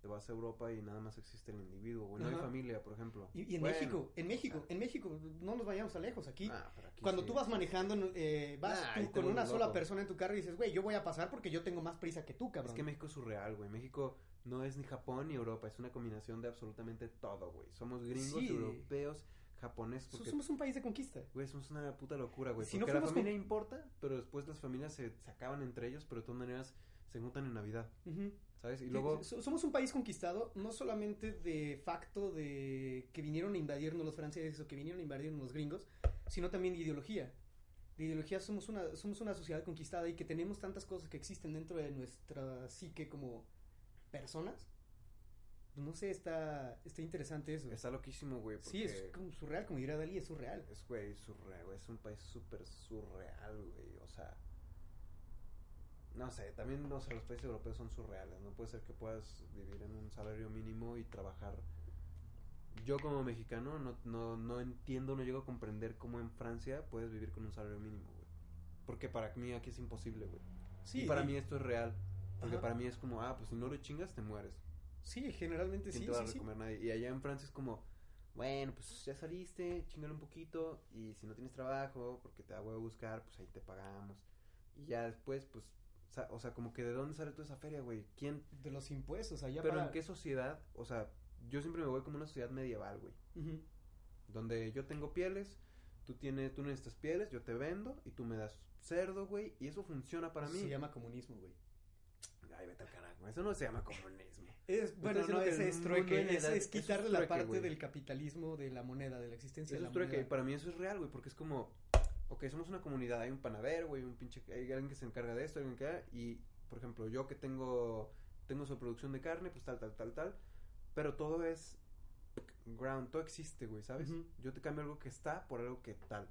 te vas a Europa y nada más existe el individuo. güey. No hay Ajá. familia, por ejemplo. Y, y en Bueno, México, en o México, sea, en México, no nos vayamos a lejos aquí. ah, pero aquí Cuando sí. tú vas manejando, eh, vas Nah, tú ahí te con una vuelves sola loco. persona en tu carro y dices, güey, yo voy a pasar porque yo tengo más prisa que tú, cabrón. Es que México es surreal, güey. México no es ni Japón ni Europa. Es una combinación de absolutamente todo, güey. Somos gringos, Sí. europeos, japoneses. So- Porque, Somos un país de conquista. güey, somos una puta locura, güey. Si no porque la fuimos familia con- importa, pero después las familias se, se acaban entre ellos, pero de todas maneras se juntan en Navidad, Ujú. ¿sabes? Y Sí, luego... so- Somos un país conquistado, no solamente de facto de que vinieron a invadirnos los franceses o que vinieron a invadirnos los gringos, sino también de ideología. De ideología somos una, somos una sociedad conquistada y que tenemos tantas cosas que existen dentro de nuestra psique como personas pues, no sé, está, está interesante eso. Está loquísimo, güey. sí, es porque como surreal, como dirá Dalí, es surreal. Es, güey, surreal, güey. Es un país súper surreal, güey. O sea. No sé, también o sea, los países europeos son surreales. No puede ser que puedas vivir en un salario mínimo y trabajar. Yo como mexicano no, no, no entiendo, no llego a comprender cómo en Francia puedes vivir con un salario mínimo, güey. Porque para mí aquí es imposible, güey. Sí, y para y- mí esto es real. Porque Ajá. para mí es como, ah, pues si no lo chingas, te mueres. Sí, generalmente ¿Quién sí, te va a sí, sí. recomendar nadie? Y allá en Francia es como, bueno, pues ya saliste, chingale un poquito, y si no tienes trabajo, porque te hago a buscar, pues ahí te pagamos. Y ya después, pues, sa- o sea, como que de dónde sale toda esa feria, güey. ¿Quién? De los impuestos, allá Pero para... en qué sociedad, o sea, yo siempre me voy como una sociedad medieval, güey. Ujú. Donde yo tengo pieles, tú tienes, tú necesitas pieles, yo te vendo, y tú me das cerdo, güey, y eso funciona para mí. Se llama comunismo, güey. Ay, vete al carajo, eso no se llama comunismo. Es, bueno, diciendo no, que es, el es mundo trueque, en la es, edad- es eso es quitarle la trueque, parte güey. del capitalismo de la moneda, de la existencia Eso de es la trueque, y moneda. para mí eso es real, güey, porque es como, ok, somos una comunidad, hay un panadero, güey, un pinche, hay alguien que se encarga de esto, alguien que, y, por ejemplo, yo que tengo, tengo su producción de carne, pues tal, tal, tal, tal, pero todo es ground, todo existe, güey, ¿sabes? Ujú. Yo te cambio algo que está por algo que tal,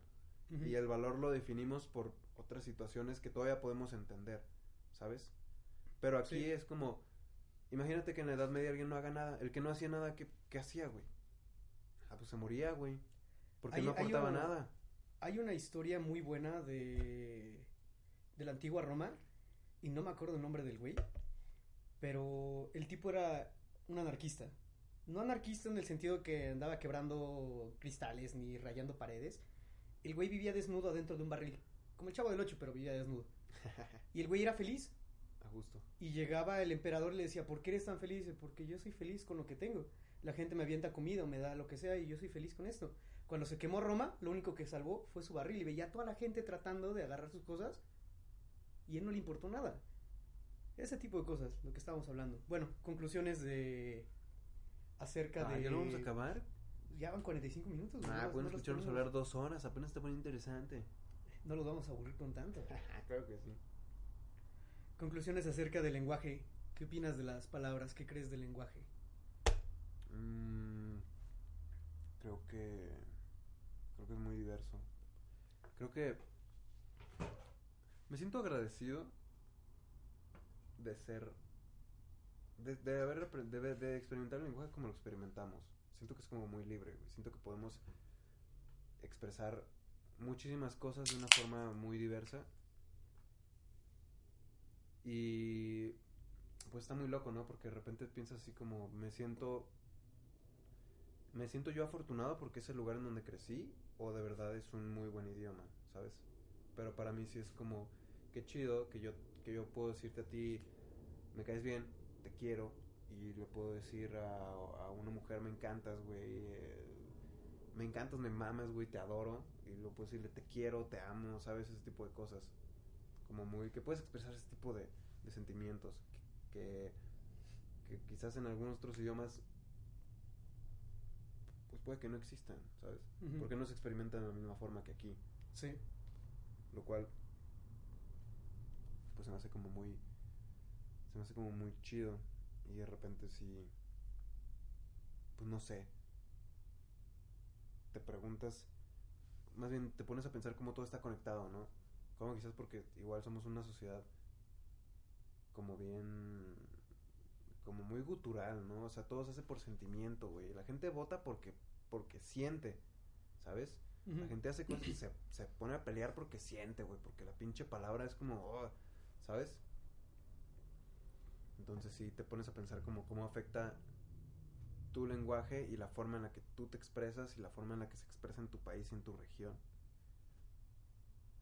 Ujú. y el valor lo definimos por otras situaciones que todavía podemos entender, ¿sabes? Pero aquí Sí. es como, imagínate que en la Edad Media alguien no haga nada, el que no hacía nada, ¿qué, qué hacía, güey? Ah, pues se moría, güey. Porque Hay- no hay aportaba un- nada. Hay una historia muy buena de, de la antigua Roma, y no me acuerdo el nombre del güey, pero el tipo era un anarquista. No anarquista en el sentido que andaba quebrando cristales ni rayando paredes. El güey vivía desnudo adentro de un barril, como el chavo del 8, pero vivía desnudo. Y el güey era feliz. A gusto. Y llegaba el emperador y le decía, ¿por qué eres tan feliz? Dice, Porque yo soy feliz con lo que tengo. La gente me avienta comida, o me da lo que sea y yo soy feliz con esto. Cuando se quemó Roma, lo único que salvó fue su barril y veía a toda la gente tratando de agarrar sus cosas y a él no le importó nada. Ese tipo de cosas, lo que estábamos hablando. Bueno, conclusiones de... acerca Ah, de... ¿Ya lo vamos a acabar? Ya van 45 minutos. güey, Ah, no- bueno, no los escucharnos tenemos. hablar dos horas, apenas está poniendo interesante. No los vamos a aburrir con tanto. claro que sí. conclusiones acerca del lenguaje. ¿Qué opinas de las palabras? ¿Qué crees del lenguaje? Mm, creo que. Creo que es muy diverso. Creo que. Me siento agradecido de ser. De, de haber apre- de, ver- de experimentar el lenguaje como lo experimentamos. Siento que es como muy libre, güey. Siento que podemos expresar muchísimas cosas de una forma muy diversa. Y pues está muy loco, ¿no? Porque de repente piensas así como, me siento, me siento yo afortunado porque es el lugar en donde crecí o de verdad es un muy buen idioma, ¿sabes? Pero para mí sí es como, qué chido que yo, que yo puedo decirte a ti, me caes bien, te quiero y le puedo decir a, a una mujer, me encantas, güey, eh, me encantas, me mamas, güey, te adoro y luego puedo decirle, te quiero, te amo, ¿sabes? Ese tipo de cosas. Como muy, que puedes expresar ese tipo de, de sentimientos que, que quizás en algunos otros idiomas pues puede que no existan, ¿sabes? Ujú. Porque no se experimentan de la misma forma que aquí, Sí. lo cual pues se me hace como muy se me hace como muy chido y de repente si pues no sé te preguntas más bien te pones a pensar cómo todo está conectado, ¿no? Como quizás porque igual somos una sociedad como bien como muy gutural, ¿no? O sea, todo se hace por sentimiento, güey. La gente vota porque porque siente, ¿sabes? La Ujú. gente hace cosas y se, se pone a pelear porque siente, güey, porque la pinche palabra es como, oh, ¿sabes? Entonces sí te pones a pensar como cómo afecta tu lenguaje y la forma en la que tú te expresas y la forma en la que se expresa en tu país y en tu región.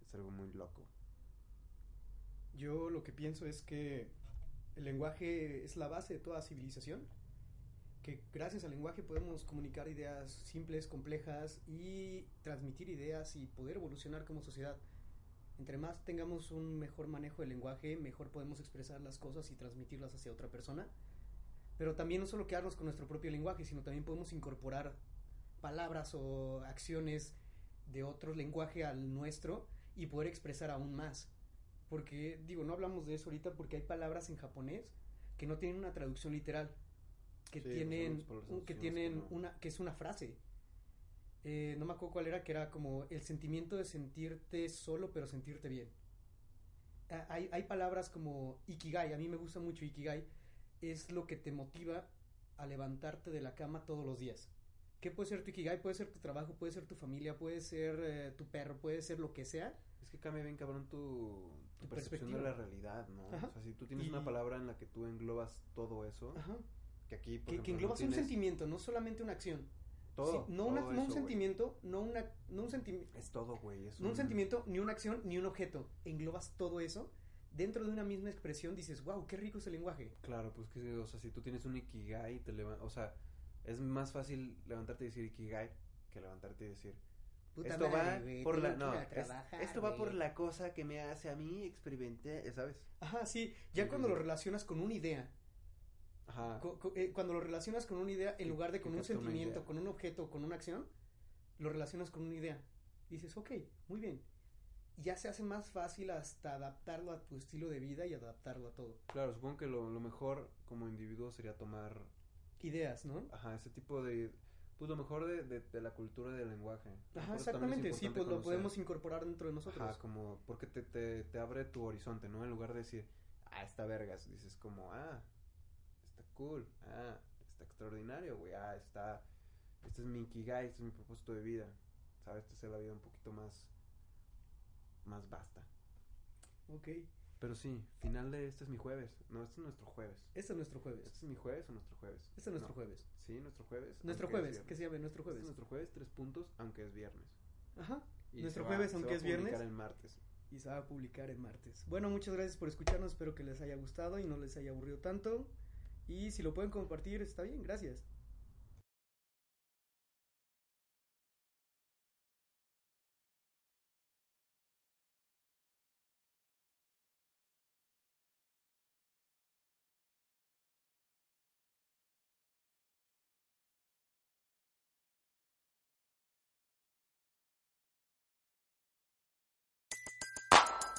Es algo muy loco. Yo lo que pienso es que el lenguaje es la base de toda civilización, que gracias al lenguaje podemos comunicar ideas simples, complejas y transmitir ideas y poder evolucionar como sociedad. Entre más tengamos un mejor manejo del lenguaje, mejor podemos expresar las cosas y transmitirlas hacia otra persona. Pero también no solo quedarnos con nuestro propio lenguaje, sino también podemos incorporar palabras o acciones de otro lenguaje al nuestro y poder expresar aún más. Porque, digo, no hablamos de eso ahorita porque hay palabras en japonés que no tienen una traducción literal. que Sí, pues, los tienen, amigos por los un- que amigos que tienen no. una, que es una frase. Eh, no me acuerdo cuál era, que era como el sentimiento de sentirte solo, pero sentirte bien. Ah, Hay, hay palabras como Ikigai, a mí me gusta mucho Ikigai, es lo que te motiva a levantarte de la cama todos los días. ¿Qué puede ser tu Ikigai? Puede ser tu trabajo, puede ser tu familia, puede ser eh, tu perro, puede ser lo que sea. Es que cambia bien cabrón tu, tu Tu percepción de perspectiva. la realidad, ¿no? Ajá. O sea, si tú tienes Y- una palabra en la que tú englobas todo eso, Ajá. que aquí, por Que, que ejemplo, no englobas un tienes sentimiento, no solamente una acción. Todo. Sí, no, una- no todo un eso, güey. sentimiento, no, una, no un sentimiento. Es todo, güey. Es No un sentimiento, ni una acción, ni un objeto. Englobas todo eso. Dentro de una misma expresión dices, wow, qué rico es el lenguaje. Claro, pues que, o sea, si tú tienes un ikigai, te leva- o sea, es más fácil levantarte y decir ikigai que levantarte y decir esto va güey, por tengo la que no, ir a es- trabajar, esto va por güey. la cosa que me hace a mí experimentar, eh, ¿sabes? Ajá, sí. Ya Sí. cuando lo relacionas con una idea, Ajá. co- co- eh, cuando lo relacionas con una idea, en Y- lugar de y con un captura una sentimiento, idea. con un objeto, con una acción, lo relacionas con una idea. Y dices, ok, muy bien. Ya se hace más fácil hasta adaptarlo a tu estilo de vida y adaptarlo a todo. Claro, supongo que lo, lo mejor como individuo sería tomar, Ideas, ¿no? ajá, ese tipo de, pues lo mejor de, de- de la cultura y del lenguaje. Ajá, Por eso también es exactamente. Sí, importante pues lo conocer. podemos incorporar dentro de nosotros. Ajá, como, porque te, te, te abre tu horizonte, ¿no? En lugar de decir, ah, está vergas, dices como, ah, está cool, ah, está extraordinario, güey, ah, está, este es mi ikigai, este es mi propósito de vida, ¿sabes? Te hace la vida un poquito más, más vasta. Ok. Pero sí, final de este es mi jueves, no, este es nuestro jueves. Este es nuestro ¿Este jueves. es mi jueves o nuestro jueves? Este es nuestro No. jueves. Sí, nuestro jueves. Nuestro aunque es jueves, que viernes. se llame nuestro Este es jueves. nuestro jueves, tres puntos, aunque es viernes. Ajá. Y Nuestro se jueves, se aunque a es viernes. publicar el martes. y se va a publicar el martes. Bueno, muchas gracias por escucharnos, espero que les haya gustado y no les haya aburrido tanto. Y si lo pueden compartir, está bien, gracias.